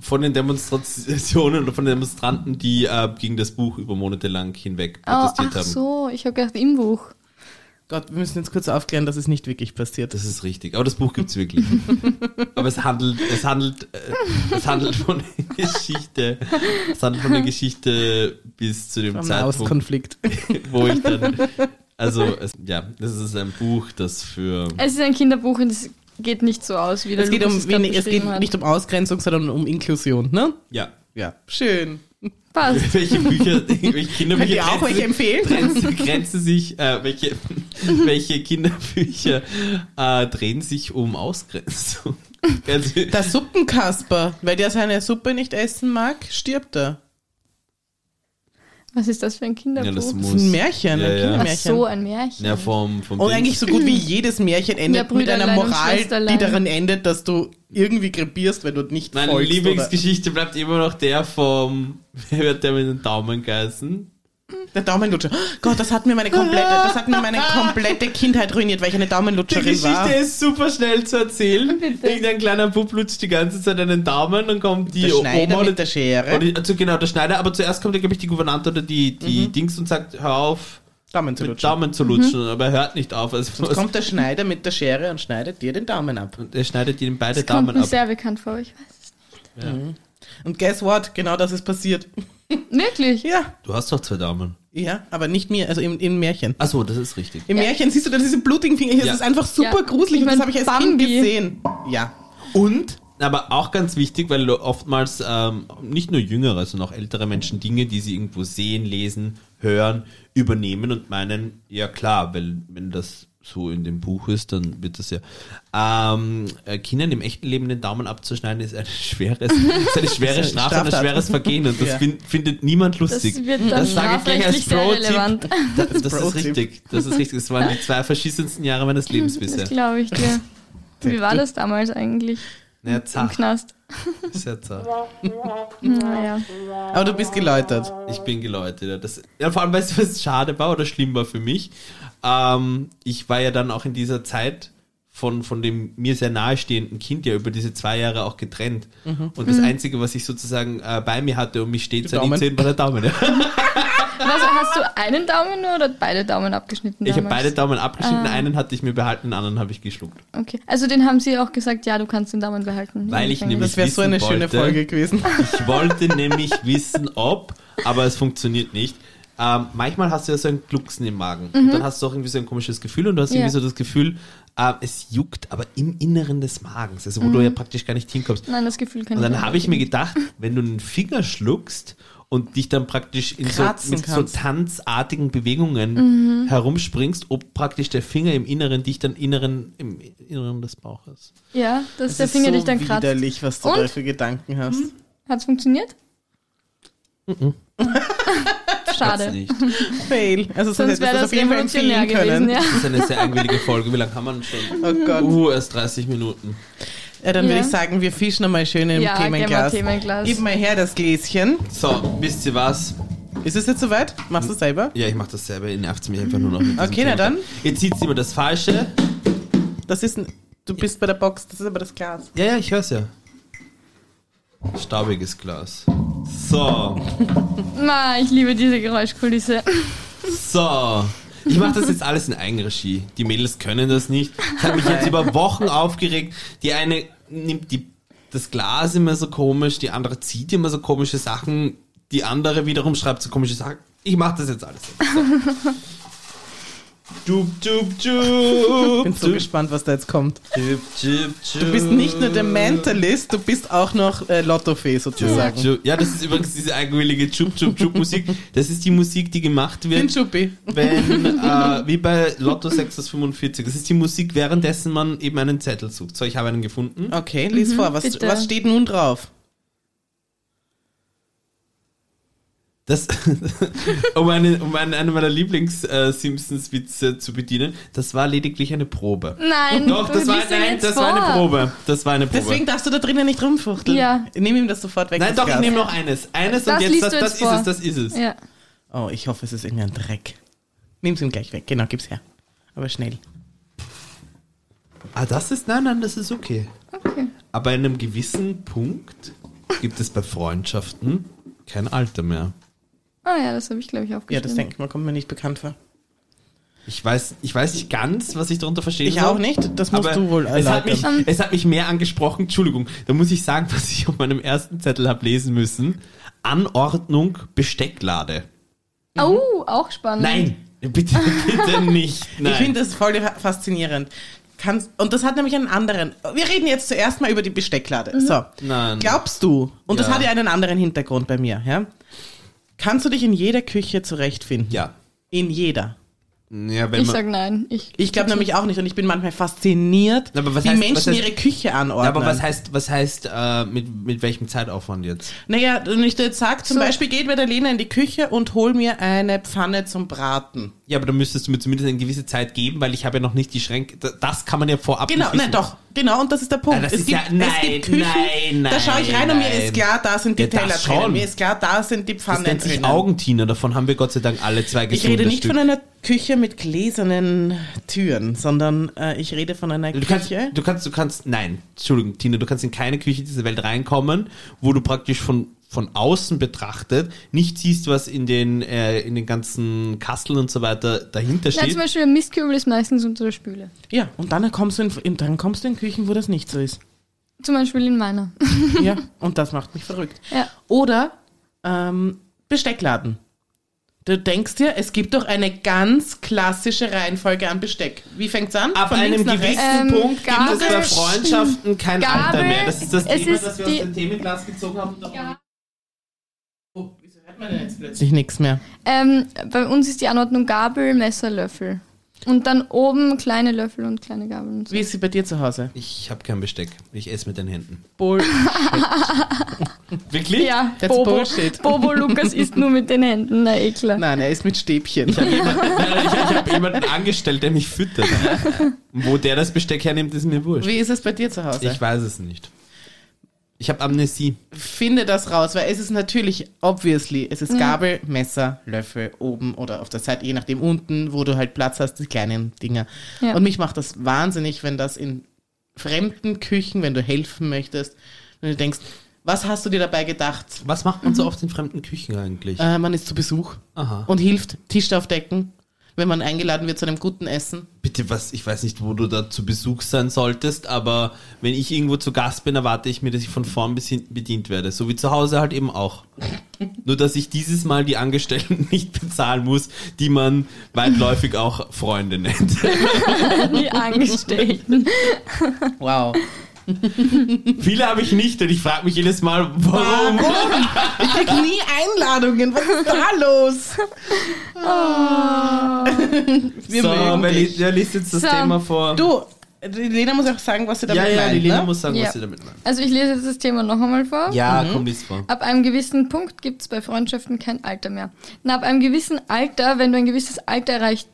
Speaker 3: von den Demonstrationen oder von den Demonstranten, die äh, gegen das Buch über Monate lang hinweg
Speaker 2: Oh,
Speaker 3: protestiert
Speaker 2: ach
Speaker 3: haben.
Speaker 2: so, ich habe gedacht, im Buch.
Speaker 1: Gott, wir müssen jetzt kurz aufklären, dass es nicht wirklich passiert ist.
Speaker 3: Das ist richtig. Aber das Buch gibt's wirklich. Aber es handelt, es handelt, äh, es handelt von der Geschichte, es handelt von der Geschichte bis zu dem
Speaker 1: Am
Speaker 3: Zeitpunkt,
Speaker 1: Nahostkonflikt.
Speaker 3: wo ich dann, also es, ja, das ist ein Buch, das für
Speaker 2: Es ist ein Kinderbuch und es geht nicht so aus, wie der
Speaker 1: Es geht, um,
Speaker 2: Lukas grad
Speaker 1: wenig- es geht
Speaker 2: beschrieben hat.
Speaker 1: nicht um Ausgrenzung, sondern um Inklusion, ne?
Speaker 3: ja.
Speaker 1: Ja. Schön.
Speaker 2: Passt.
Speaker 3: Welche Bücher, welche
Speaker 1: Könnt ihr
Speaker 3: Kinderbücher
Speaker 1: auch
Speaker 3: grenzen-
Speaker 1: euch empfehlen?
Speaker 3: grenzen, grenzen sich, äh, welche, welche Kinderbücher äh, drehen sich um Ausgrenzung? Also,
Speaker 1: Der Suppenkasper, weil der seine Suppe nicht essen mag, stirbt er.
Speaker 2: Was ist das für ein Kinderbuch?
Speaker 1: Das ist ein Märchen,
Speaker 3: Ja,
Speaker 1: ein
Speaker 3: ja.
Speaker 2: ach
Speaker 1: Kindermärchen.
Speaker 2: so, ein Märchen.
Speaker 3: ja, vom, vom
Speaker 1: Und
Speaker 3: Dings.
Speaker 1: Oh, eigentlich so gut wie jedes Märchen endet
Speaker 2: Ja,
Speaker 1: mit einer
Speaker 2: Brüderlein und
Speaker 1: Moral, die
Speaker 2: Schwesterlein.
Speaker 1: daran endet, dass du irgendwie krepierst, wenn du nicht
Speaker 3: Meine
Speaker 1: folgst.
Speaker 3: Lieblingsgeschichte bleibt immer noch der vom, wer wird der mit den Daumen geißen?
Speaker 1: oder der Daumenlutscher. Gott, das hat mir meine komplette, das hat mir meine komplette Kindheit ruiniert, weil ich eine
Speaker 3: Die
Speaker 1: Daumenlutscherin
Speaker 3: Geschichte
Speaker 1: war.
Speaker 3: ist super schnell zu erzählen. Irgendein kleiner Bub lutscht die ganze Zeit einen Daumen, dann kommt die
Speaker 1: der Schneider
Speaker 3: Oma oder
Speaker 1: mit der Schere.
Speaker 3: Oder, also genau, der Schneider, aber zuerst kommt, glaube ich, die Gouvernante oder die, die
Speaker 1: Mhm.
Speaker 3: Dings und sagt, hör auf,
Speaker 1: Daumen zu
Speaker 3: mit
Speaker 1: lutschen.
Speaker 3: Daumen zu lutschen, aber er hört nicht auf. Also
Speaker 1: Mhm. Sonst kommt der Schneider mit der Schere und schneidet dir den Daumen ab.
Speaker 3: und er schneidet ihnen beide
Speaker 2: das kommt
Speaker 3: Daumen
Speaker 2: mir
Speaker 3: ab.
Speaker 2: sehr bekannt vor, ich weiß es
Speaker 1: Und guess what? Genau das ist passiert.
Speaker 2: nicht. Wirklich?
Speaker 1: Ja,
Speaker 3: Du hast doch zwei Daumen.
Speaker 1: ja, aber nicht mir, also im, im Märchen.
Speaker 3: Achso, das ist richtig.
Speaker 1: Im
Speaker 2: Ja.
Speaker 1: Märchen siehst du da diese blutigen Finger hier,
Speaker 3: Ja.
Speaker 1: das ist einfach super
Speaker 2: Ja.
Speaker 1: gruselig
Speaker 2: Ich
Speaker 1: und das
Speaker 2: mein,
Speaker 1: habe ich als
Speaker 2: Bambi.
Speaker 1: Kind gesehen. Ja.
Speaker 3: Und, aber auch ganz wichtig, weil oftmals ähm, nicht nur jüngere, sondern auch ältere Menschen Dinge, die sie irgendwo sehen, lesen, hören, übernehmen und meinen, ja klar, weil wenn das so in dem Buch ist, dann wird das ja. Ähm, äh, Kindern im echten Leben den Daumen abzuschneiden, ist eine, schweres, ist eine schwere
Speaker 1: eine
Speaker 3: Strafe, und ein
Speaker 1: Straftat.
Speaker 3: schweres Vergehen und das
Speaker 1: Ja.
Speaker 3: fin- findet niemand
Speaker 2: Das
Speaker 3: lustig.
Speaker 2: wird dann
Speaker 3: Das sage ich gleich als
Speaker 2: strafrechtlich sehr
Speaker 3: Pro-Tipp.
Speaker 2: relevant.
Speaker 3: Das, das ist
Speaker 1: Pro-Tipp.
Speaker 3: richtig. Das ist richtig. Das waren die zwei verschissensten Jahre meines Lebens bisher.
Speaker 2: Das glaube ich dir. Wie war das damals eigentlich
Speaker 3: Naja,
Speaker 2: im
Speaker 3: zart.
Speaker 2: Knast?
Speaker 3: Sehr zart.
Speaker 2: Naja.
Speaker 1: Aber du bist geläutert.
Speaker 3: Ich bin geläutet. ja. Das, ja, vor allem, weißt du, was schade war oder schlimm war für mich? Ähm, ich war ja dann auch in dieser Zeit von, von dem mir sehr nahestehenden Kind ja über diese zwei Jahre auch getrennt. Und das Einzige, was ich sozusagen äh, bei mir hatte und mich stets
Speaker 1: Mhm. Die Daumen.
Speaker 3: an ihn sehen, war der Daumen. Ja.
Speaker 2: Was, hast du einen Daumen nur oder beide Daumen abgeschnitten?
Speaker 3: Ich habe
Speaker 2: damals?
Speaker 3: beide Daumen abgeschnitten,
Speaker 1: Ah.
Speaker 3: einen hatte ich mir behalten, den anderen habe ich geschluckt.
Speaker 2: Okay. Also den haben sie auch gesagt, ja, du kannst den Daumen behalten.
Speaker 3: Weil ich nämlich-
Speaker 1: Das wäre so eine
Speaker 3: wissen
Speaker 1: schöne
Speaker 3: wollte.
Speaker 1: Folge gewesen.
Speaker 3: Ich wollte nämlich wissen, ob, aber es funktioniert nicht. Ähm, manchmal hast du ja so einen Glucksen im Magen und dann hast du auch irgendwie so ein komisches Gefühl und du hast irgendwie
Speaker 2: Mhm. Ja.
Speaker 3: so das Gefühl, äh, es juckt, aber im Inneren des Magens, also wo du ja praktisch gar nicht hinkommst.
Speaker 2: Mhm. Nein, das Gefühl kann
Speaker 3: Und dann
Speaker 2: nicht
Speaker 3: habe ich mir
Speaker 2: nachvollziehen.
Speaker 3: gedacht, wenn du einen Finger schluckst und dich dann praktisch in so,
Speaker 1: Kratzen
Speaker 3: mit so
Speaker 1: kannst.
Speaker 3: tanzartigen
Speaker 2: Mhm.
Speaker 3: Bewegungen herumspringst, ob praktisch der Finger im Inneren dich dann inneren, im Inneren des Bauches.
Speaker 2: Ja, dass
Speaker 1: Es
Speaker 2: der
Speaker 1: ist
Speaker 2: Finger
Speaker 1: so
Speaker 2: dich dann kratzt.
Speaker 1: widerlich, was du
Speaker 2: Und? Mhm.
Speaker 1: da für Gedanken hast.
Speaker 2: Hat's funktioniert?
Speaker 1: Mhm.
Speaker 3: Hat's
Speaker 2: Schade.
Speaker 3: nicht.
Speaker 1: Fail. Also sonst,
Speaker 2: Sonst
Speaker 1: hättest du
Speaker 2: wäre
Speaker 1: das
Speaker 2: das
Speaker 1: auf jeden Fall
Speaker 2: revolutionär
Speaker 1: empfehlen können.
Speaker 2: gewesen, ja. Mhm.
Speaker 3: Das ist eine sehr eigenwillige Folge. Wie lange haben wir denn schon?
Speaker 1: Oh Gott.
Speaker 3: Uh, erst 30 Minuten.
Speaker 1: Ja, dann
Speaker 2: Ja.
Speaker 1: würde ich sagen, wir fischen nochmal schön im
Speaker 2: Ja,
Speaker 1: Themenglas.
Speaker 2: gehen wir Themenglas.
Speaker 1: Gib mal her das Gläschen.
Speaker 3: So, wisst ihr was?
Speaker 1: Ist es jetzt soweit? Machst du selber?
Speaker 3: Ja, ich mache das selber. Ihr nervt mich einfach nur noch. mit diesem
Speaker 1: Okay, na
Speaker 3: Thema.
Speaker 1: dann.
Speaker 3: Ihr zieht immer das Falsche.
Speaker 1: Das ist ein, du bist bei der Box, das ist aber das Glas.
Speaker 3: Ja, ja, ich hör's ja. Staubiges Glas. So,
Speaker 2: Ma, ich liebe diese Geräuschkulisse.
Speaker 3: so. Ich mache das jetzt alles in Eigenregie. Die Mädels können das nicht. Ich habe mich jetzt über Wochen aufgeregt. Die eine nimmt die, das Glas immer so komisch, die andere zieht immer so komische Sachen, die andere wiederum schreibt so komische Sachen. Ich mache das jetzt alles. Jetzt. So. Dub, dub, dub.
Speaker 1: Ich bin so
Speaker 3: dub,
Speaker 1: gespannt, was da jetzt kommt.
Speaker 3: Dip, dip,
Speaker 1: Du bist nicht nur der Mentalist, du bist auch noch äh, Lottofee sozusagen. Ich
Speaker 3: Ja, das ist übrigens diese eigenwillige Chup Chup Chup Musik. Das ist die Musik, die gemacht
Speaker 1: bin
Speaker 3: wird,
Speaker 1: Schuppi.
Speaker 3: wenn, äh, wie bei Lotto 645. Das ist die Musik, währenddessen man eben einen Zettel sucht. So, ich habe einen gefunden.
Speaker 1: Okay, lies vor. Was,
Speaker 2: Mhm, bitte.
Speaker 1: was steht nun drauf?
Speaker 3: Das, um einen, um einen, einen meiner Lieblings-Simpsons-Witze zu bedienen, das war lediglich eine Probe.
Speaker 2: Nein,
Speaker 3: Doch,
Speaker 2: du
Speaker 3: das war,
Speaker 2: liest den
Speaker 3: nein,
Speaker 2: jetzt
Speaker 3: das war eine
Speaker 2: vor.
Speaker 3: Probe. Das war eine Probe.
Speaker 1: Deswegen darfst du da drinnen nicht rumfuchteln.
Speaker 2: Ja.
Speaker 1: Nimm ihm das sofort weg.
Speaker 3: nein,
Speaker 1: das
Speaker 3: doch, ich
Speaker 1: Glas.
Speaker 3: nehme noch eines. Eines
Speaker 2: Das
Speaker 3: und jetzt,
Speaker 2: liest
Speaker 3: das,
Speaker 2: du
Speaker 3: das
Speaker 2: jetzt
Speaker 3: ist
Speaker 2: vor.
Speaker 3: es, das ist es.
Speaker 2: Ja.
Speaker 1: Oh, ich hoffe, es ist irgendein Dreck. Nimm's ihm gleich weg. Genau, gib's her. Aber schnell.
Speaker 3: Ah, das ist, nein, nein, das ist okay.
Speaker 2: Okay.
Speaker 3: Aber an einem gewissen Punkt gibt es bei Freundschaften kein Alter mehr.
Speaker 2: Ah ja, das habe ich, glaube ich,
Speaker 1: Ja,
Speaker 2: aufgeschrieben.
Speaker 1: das denke ich mal, kommt mir nicht bekannt vor.
Speaker 3: Ich weiß, ich weiß nicht ganz, was ich darunter verstehe.
Speaker 1: Ich auch nicht. Das musst
Speaker 3: aber
Speaker 1: du wohl
Speaker 3: es hat, mich,
Speaker 1: erläutern.
Speaker 2: Ähm.
Speaker 3: es hat mich mehr angesprochen. Entschuldigung, da muss ich sagen, was ich auf meinem ersten Zettel habe lesen müssen. Anordnung Bestecklade.
Speaker 1: Mhm.
Speaker 2: Oh, auch spannend.
Speaker 3: Nein, bitte, bitte nicht. Nein.
Speaker 1: Ich finde das voll faszinierend. Kannst, und das hat nämlich einen anderen. Wir reden jetzt zuerst mal über die Bestecklade. So.
Speaker 3: Mhm. Nein.
Speaker 1: Glaubst du, und das
Speaker 3: Ja.
Speaker 1: hat ja einen anderen Hintergrund bei mir, ja? Kannst du dich in jeder Küche zurechtfinden?
Speaker 3: ja.
Speaker 1: In jeder.
Speaker 3: ja wenn
Speaker 2: Ich
Speaker 3: man,
Speaker 2: sag nein. Ich,
Speaker 1: Ich glaube nämlich auch nicht und ich bin manchmal fasziniert,
Speaker 3: Aber was
Speaker 1: wie
Speaker 3: heißt-
Speaker 1: Menschen
Speaker 3: was heißt-
Speaker 1: ihre Küche anordnen.
Speaker 3: aber was heißt, was heißt äh, mit, mit welchem Zeitaufwand jetzt?
Speaker 1: Naja, wenn ich dir jetzt sage, zum
Speaker 2: So.
Speaker 1: Beispiel geht mit der Lena in die Küche und hol mir eine Pfanne zum Braten.
Speaker 3: Ja, aber da müsstest du mir zumindest eine gewisse Zeit geben, weil ich habe ja noch nicht die Schränke. Da- Das kann man ja vorab
Speaker 1: Genau,
Speaker 3: nicht
Speaker 1: nein,
Speaker 3: wissen.
Speaker 1: doch. Genau, und das ist der Punkt.
Speaker 3: Ah, das
Speaker 1: es,
Speaker 3: ist
Speaker 1: gibt,
Speaker 3: ja- nein,
Speaker 1: es gibt Küchen,
Speaker 3: nein,
Speaker 1: da schaue ich rein und mir
Speaker 3: nein.
Speaker 1: ist klar, da sind die
Speaker 3: Ja, das
Speaker 1: Teller drinnen.
Speaker 3: schon.
Speaker 1: Mir ist klar, da sind die
Speaker 3: Das
Speaker 1: Pfannen
Speaker 3: nennt sich
Speaker 1: drinnen.
Speaker 3: Augentina, davon haben wir Gott sei Dank alle zwei
Speaker 1: ich rede
Speaker 3: gesunde
Speaker 1: nicht
Speaker 3: Stück.
Speaker 1: von einer Küche mit gläsernen Türen, sondern äh, ich rede von einer
Speaker 3: Du kannst,
Speaker 1: Küche.
Speaker 3: du kannst, du kannst, nein, Entschuldigung, Tina, du kannst in keine Küche dieser Welt reinkommen, wo du praktisch von, von außen betrachtet nicht siehst, was in den, äh, in den ganzen Kasteln und so weiter dahinter
Speaker 2: ja,
Speaker 3: steht.
Speaker 2: zum Beispiel ein Mistkübel ist meistens unter der Spüle.
Speaker 1: ja, und dann kommst, du in, in, dann kommst du in Küchen, wo das nicht so ist.
Speaker 2: Zum Beispiel in meiner.
Speaker 1: Ja, und das macht mich verrückt.
Speaker 2: Ja.
Speaker 1: Oder ähm, Besteckladen. Du denkst dir, es gibt doch eine ganz klassische Reihenfolge an Besteck. Wie fängt's an?
Speaker 3: Ab
Speaker 1: Von links
Speaker 3: einem
Speaker 1: nach rechts?
Speaker 3: gewissen
Speaker 2: Ähm,
Speaker 3: Punkt
Speaker 2: Gabel-
Speaker 3: gibt es bei Freundschaften kein
Speaker 2: Gabel-
Speaker 3: Alter mehr. Das ist das
Speaker 2: es
Speaker 3: Thema,
Speaker 2: ist
Speaker 3: das wir
Speaker 2: die-
Speaker 3: aus dem Themenglas gezogen haben. und noch-
Speaker 1: Oh, wieso hört man denn jetzt plötzlich nichts mehr?
Speaker 2: Ähm, bei uns ist die Anordnung Gabel, Messer, Löffel. Und dann oben kleine Löffel und kleine Gabeln. Und so.
Speaker 1: Wie ist sie bei dir zu Hause?
Speaker 3: Ich habe kein Besteck. Ich esse mit den Händen.
Speaker 1: Bull.
Speaker 3: Wirklich?
Speaker 2: Ja,
Speaker 1: That's
Speaker 2: Bobo,
Speaker 1: bullshit.
Speaker 2: Bobo Lukas isst nur mit den Händen, na eh klar.
Speaker 1: Nein, er ist mit Stäbchen.
Speaker 3: Nein, Ich, ich habe jemanden angestellt, der mich füttert. Wo der das Besteck hernimmt, ist mir wurscht.
Speaker 1: Wie ist es bei dir zu Hause?
Speaker 3: Ich weiß es nicht. Ich habe Amnesie.
Speaker 1: finde das raus, weil es ist natürlich, obviously, es ist Gabel, Messer, Löffel, oben oder auf der Seite, je nachdem unten, wo du halt Platz hast, die kleinen Dinger.
Speaker 2: Ja.
Speaker 1: Und mich macht das wahnsinnig, wenn das in fremden Küchen, wenn du helfen möchtest, wenn du denkst, Was hast du dir dabei gedacht?
Speaker 3: Was macht man so oft in fremden Küchen eigentlich?
Speaker 1: Mhm. Äh, man ist zu Besuch
Speaker 3: Aha.
Speaker 1: und hilft Tisch aufdecken, wenn man eingeladen wird zu einem guten Essen.
Speaker 3: Bitte was, ich weiß nicht, wo du da zu Besuch sein solltest, aber wenn ich irgendwo zu Gast bin, erwarte ich mir, dass ich von vorn bis hinten bedient werde. So wie zu Hause halt eben auch. Nur, dass ich dieses Mal die Angestellten nicht bezahlen muss, die man weitläufig auch Freunde nennt.
Speaker 2: Die Angestellten.
Speaker 1: Wow.
Speaker 3: Viele habe ich nicht und ich frage mich jedes Mal, warum?
Speaker 1: Ah, Ich krieg nie Einladungen. Was ist da los? Wir
Speaker 3: so,
Speaker 1: mögen
Speaker 3: wer,
Speaker 1: dich.
Speaker 3: liest, wer liest jetzt das
Speaker 2: So,
Speaker 3: Thema vor?
Speaker 1: Du, die Lena muss auch sagen, was sie damit
Speaker 3: ja, ja,
Speaker 1: meint.
Speaker 3: die Lena
Speaker 1: ne?
Speaker 3: muss sagen,
Speaker 2: Ja.
Speaker 3: was sie damit meint.
Speaker 2: Also ich lese jetzt das Thema noch einmal vor.
Speaker 3: Ja,
Speaker 1: Mhm.
Speaker 3: komm, lies vor.
Speaker 2: Ab einem gewissen Punkt gibt es bei Freundschaften kein Alter mehr. Na, ab einem gewissen Alter, wenn du ein gewisses Alter erreicht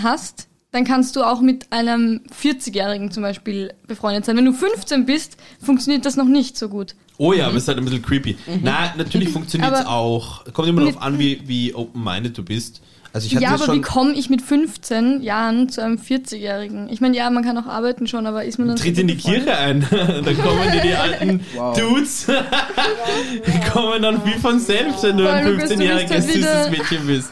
Speaker 2: hast, dann kannst du auch mit einem 40-Jährigen zum Beispiel befreundet sein. Wenn du 15 bist, funktioniert das noch nicht so gut.
Speaker 3: Oh ja, aber es ist halt ein bisschen creepy. Na, natürlich funktioniert es
Speaker 2: Mhm. Aber-
Speaker 3: auch. Kommt immer darauf
Speaker 2: Mit-
Speaker 3: an, wie, wie open-minded du bist. Also ich hatte
Speaker 2: ja,
Speaker 3: jetzt
Speaker 2: aber wie
Speaker 3: schon
Speaker 2: komme ich mit 15 Jahren zu einem 40-Jährigen? Ich meine, ja, man kann auch arbeiten schon, aber ist man dann... so
Speaker 3: tritt
Speaker 2: gut
Speaker 3: in die
Speaker 2: befreundet?
Speaker 3: Kirche ein. dann kommen dir die alten Dudes. die kommen dann wie von selbst, wenn du
Speaker 2: Weil
Speaker 3: ein
Speaker 2: du bist- du bist
Speaker 3: 15-jähriges
Speaker 2: halt wieder-
Speaker 3: süßes Mädchen bist.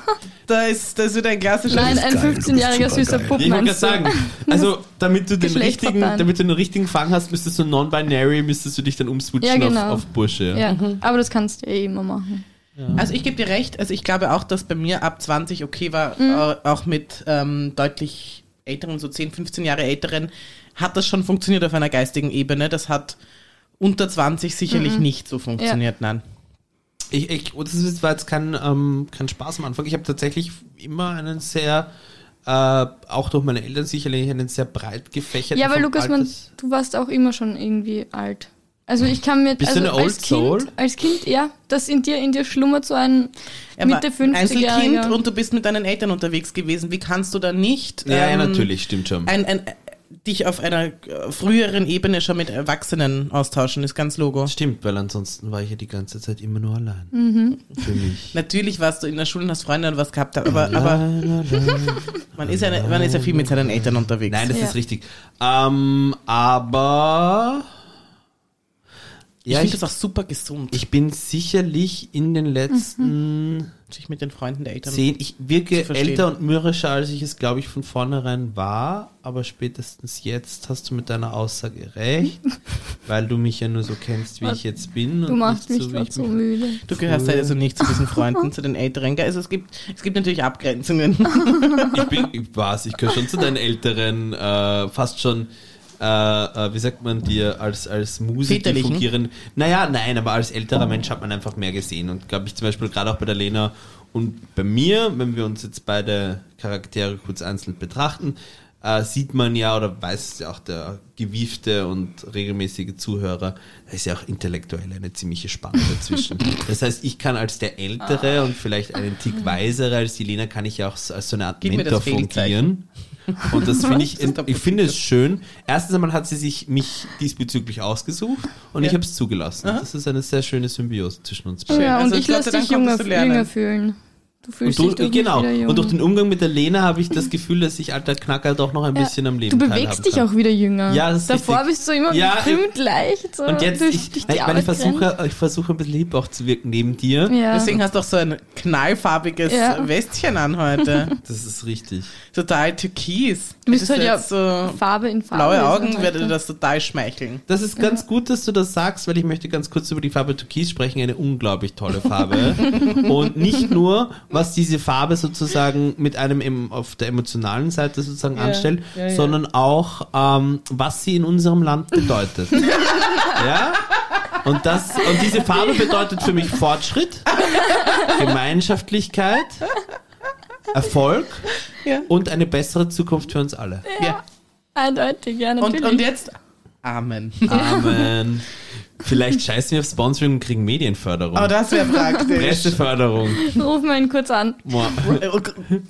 Speaker 1: Da ist, da ist wieder ein klassisches.
Speaker 2: Nein,
Speaker 4: bist
Speaker 2: ein
Speaker 4: geil, du bist
Speaker 2: 15-jähriger süßer
Speaker 4: supergeil.
Speaker 2: Puppen.
Speaker 3: Ich wollte gerade sagen, also damit du den
Speaker 2: Geschlecht
Speaker 3: richtigen,
Speaker 2: verbannen.
Speaker 3: damit du den richtigen Fang hast, müsstest du non-binary, müsstest du dich dann umswitchen
Speaker 2: Ja, genau.
Speaker 3: auf, auf Bursche.
Speaker 2: Ja, aber das kannst du eh immer machen.
Speaker 1: Also ich gebe dir recht, also ich glaube auch, dass bei mir ab 20 okay war, äh, auch mit ähm, deutlich älteren, so 10, 15 Jahre älteren, hat das schon funktioniert auf einer geistigen Ebene. Das hat unter 20 sicherlich nicht so funktioniert, nein.
Speaker 3: Ich, ich, und das ist- war jetzt kein, ähm, kein Spaß am Anfang. Ich habe tatsächlich immer einen sehr, äh, auch durch meine Eltern sicherlich einen sehr breit gefächerten.
Speaker 2: Ja, aber
Speaker 3: vom
Speaker 2: Lukas, man,
Speaker 3: Alters-
Speaker 2: du warst auch immer schon irgendwie alt. Also ich kann mir
Speaker 3: Bist du
Speaker 2: also
Speaker 3: eine Old
Speaker 2: als
Speaker 3: Soul?
Speaker 2: Kind, als Kind, ja, das in dir in dir schlummert so ein
Speaker 1: Er war
Speaker 2: Mitte 50-Jähriger.
Speaker 1: Einzelkind und du bist mit deinen Eltern unterwegs gewesen. Wie kannst du da nicht
Speaker 3: Ja, ja,
Speaker 1: ähm,
Speaker 3: natürlich, stimmt schon.
Speaker 1: ein, ein, äh, dich auf einer äh, früheren Ebene schon mit Erwachsenen austauschen? Ist ganz Logo.
Speaker 3: Stimmt, weil ansonsten war ich ja die ganze Zeit immer nur allein.
Speaker 2: Mhm.
Speaker 3: Für mich.
Speaker 1: Natürlich warst du in der Schule und hast Freunde und was gehabt, aber, aber man, ist ja, man ist ja viel mit seinen Eltern unterwegs.
Speaker 3: Nein, das
Speaker 2: Ja.
Speaker 3: ist richtig. Ähm, aber
Speaker 1: ich
Speaker 3: ja,
Speaker 1: finde
Speaker 3: ich,
Speaker 1: das auch super gesund,
Speaker 3: ich bin sicherlich in den letzten
Speaker 2: Mhm.
Speaker 1: sich mit den Freunden der Eltern.
Speaker 3: sehen. Ich wirke
Speaker 1: zu verstehen.
Speaker 3: älter und mürrischer, als ich es, glaube ich, von vornherein war. Aber spätestens jetzt hast du mit deiner Aussage recht, weil du mich ja nur so kennst, wie ich jetzt bin.
Speaker 2: du machst mich
Speaker 3: wie
Speaker 2: gerade so
Speaker 3: mich-
Speaker 2: müde.
Speaker 1: Du gehörst halt also nicht zu diesen Freunden, zu den Älteren. gell? Also es gibt, es gibt natürlich Abgrenzungen.
Speaker 3: Ich bin, ich weiß, ich gehöre schon zu deinen älteren, äh, fast schon, äh, äh, wie sagt man dir, als, als Musiker
Speaker 1: Väterlichen?
Speaker 3: fungieren. Naja, nein, aber als älterer Mensch hat man einfach mehr gesehen. Und glaube ich zum Beispiel gerade auch bei der Lena und bei mir, wenn wir uns jetzt beide Charaktere kurz einzeln betrachten, äh, sieht man ja oder weiß es ja auch der gewiefte und regelmäßige Zuhörer, da ist ja auch intellektuell eine ziemliche Spanne dazwischen. Das heißt, ich kann als der Ältere und vielleicht einen Tick weisere als die Lena, kann ich ja auch so- als so eine Art
Speaker 1: Gib mir
Speaker 3: Mentor
Speaker 1: das Fehlzeichen.
Speaker 3: fungieren. Und das finde ich,
Speaker 1: Was ist da
Speaker 3: ich finde es schön. Erstens einmal hat sie sich mich diesbezüglich ausgesucht und ich habe es zugelassen. Das ist eine sehr schöne Symbiose zwischen uns beiden.
Speaker 2: Ja,
Speaker 1: Also
Speaker 2: und ich
Speaker 1: Gott sei
Speaker 2: lasse
Speaker 1: Dank
Speaker 2: dich jünger,
Speaker 1: konntest du lernen.
Speaker 2: jünger fühlen. Du
Speaker 3: Und,
Speaker 2: fühlst dich
Speaker 3: durch,
Speaker 2: durch
Speaker 3: genau.
Speaker 2: mich wieder jung.
Speaker 3: und durch den Umgang mit der Lena habe ich das Gefühl, dass ich alter Knacker doch noch ein
Speaker 2: Ja,
Speaker 3: bisschen am Leben
Speaker 2: Du
Speaker 3: teilhaben
Speaker 2: bewegst dich
Speaker 3: kann.
Speaker 2: auch wieder jünger.
Speaker 3: Ja, das ist
Speaker 2: Davor
Speaker 3: richtig.
Speaker 2: bist du immer
Speaker 3: Ja,
Speaker 2: bestimmt leicht. So
Speaker 3: Und jetzt,
Speaker 2: durch,
Speaker 3: ich,
Speaker 2: durch
Speaker 3: ich,
Speaker 2: die
Speaker 3: meine,
Speaker 2: Arbeit
Speaker 3: ich versuche, ich versuche ein bisschen lieb auch zu wirken neben dir.
Speaker 2: rennen. Ja.
Speaker 1: Deswegen hast du auch so ein knallfarbiges
Speaker 2: Ja.
Speaker 1: Westchen an heute.
Speaker 3: Das ist richtig.
Speaker 1: total türkis.
Speaker 2: Du bist
Speaker 1: Hättest
Speaker 2: halt ja
Speaker 1: jetzt so
Speaker 2: Farbe in Farbe.
Speaker 1: blaue
Speaker 2: ist
Speaker 1: Augen,
Speaker 2: halt
Speaker 1: würde dir
Speaker 2: so.
Speaker 1: das total schmeicheln.
Speaker 3: Das ist ganz gut, dass du das sagst, weil ich möchte ganz kurz über die Farbe Türkis sprechen. Eine unglaublich tolle Farbe. Und nicht nur, was diese Farbe sozusagen mit einem im, auf der emotionalen Seite sozusagen anstellt, sondern auch, ähm, was sie in unserem Land bedeutet. ja? Und, das, und diese Farbe bedeutet für mich Fortschritt, Gemeinschaftlichkeit, Erfolg
Speaker 1: Ja.
Speaker 3: und eine bessere Zukunft für uns alle.
Speaker 1: Ja.
Speaker 2: Eindeutig, ja, natürlich.
Speaker 1: Und, und jetzt Amen.
Speaker 3: Amen. Vielleicht scheißen wir auf Sponsoring und kriegen Medienförderung.
Speaker 1: Oh, das wäre praktisch.
Speaker 3: Presseförderung.
Speaker 2: Ruf mal ihn kurz an.
Speaker 3: Boah.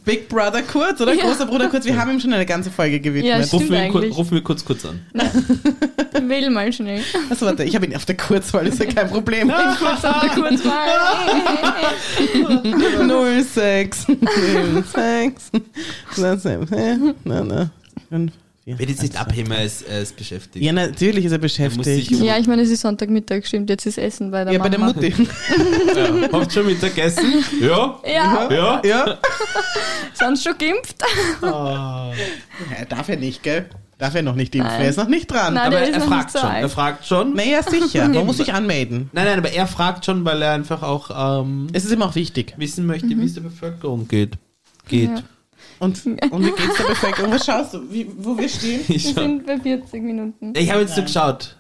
Speaker 1: Big Brother kurz, oder?
Speaker 2: Ja.
Speaker 1: Großer Bruder kurz. Wir haben ihm schon eine ganze Folge
Speaker 2: Ja,
Speaker 1: gewidmet.
Speaker 2: stimmt.
Speaker 3: Rufen wir, ihn kur-
Speaker 2: eigentlich.
Speaker 3: rufen wir kurz kurz an.
Speaker 2: Wähl mal schnell.
Speaker 1: Also warte, ich habe ihn auf der Kurzwahl, ist ja kein Problem.
Speaker 2: Kurz an der Kurzwahl.
Speaker 1: 06. 06. 07, 5, 4,
Speaker 3: Wird jetzt nicht abheben, er ist, er ist beschäftigt.
Speaker 1: Ja, natürlich ist er beschäftigt.
Speaker 3: sich um-
Speaker 2: Ja, ich meine, es ist Sonntagmittag, stimmt. Jetzt ist Essen bei der
Speaker 1: Ja,
Speaker 2: Mama.
Speaker 1: bei der Mutti.
Speaker 3: Ja. Habt schon Mittagessen? Ja?
Speaker 2: Ja,
Speaker 3: Ja?
Speaker 1: Ja.
Speaker 2: sonst schon geimpft.
Speaker 1: Ah. Ja, Darf er nicht, gell? Darf er noch nicht impfen?
Speaker 2: Nein.
Speaker 1: Er ist noch nicht dran.
Speaker 2: Nein.
Speaker 1: Nein.
Speaker 3: Aber
Speaker 2: der ist
Speaker 3: er
Speaker 2: noch
Speaker 3: fragt
Speaker 2: nicht so
Speaker 3: schon. Er
Speaker 2: alt.
Speaker 3: fragt schon. Nein,
Speaker 1: Naja, sicher. Man muss sich anmelden.
Speaker 3: nein, aber er fragt schon, weil er einfach auch ähm,
Speaker 1: Es ist immer auch wichtig.
Speaker 3: wissen möchte, wie es der Bevölkerung geht. Geht.
Speaker 2: Mhm. Ja.
Speaker 1: Und, und wie geht's der Bevölkerung? Was schaust du, wie, wo wir stehen?
Speaker 3: Ich,
Speaker 2: Wir sind bei 40 Minuten.
Speaker 3: ich habe jetzt nur geschaut.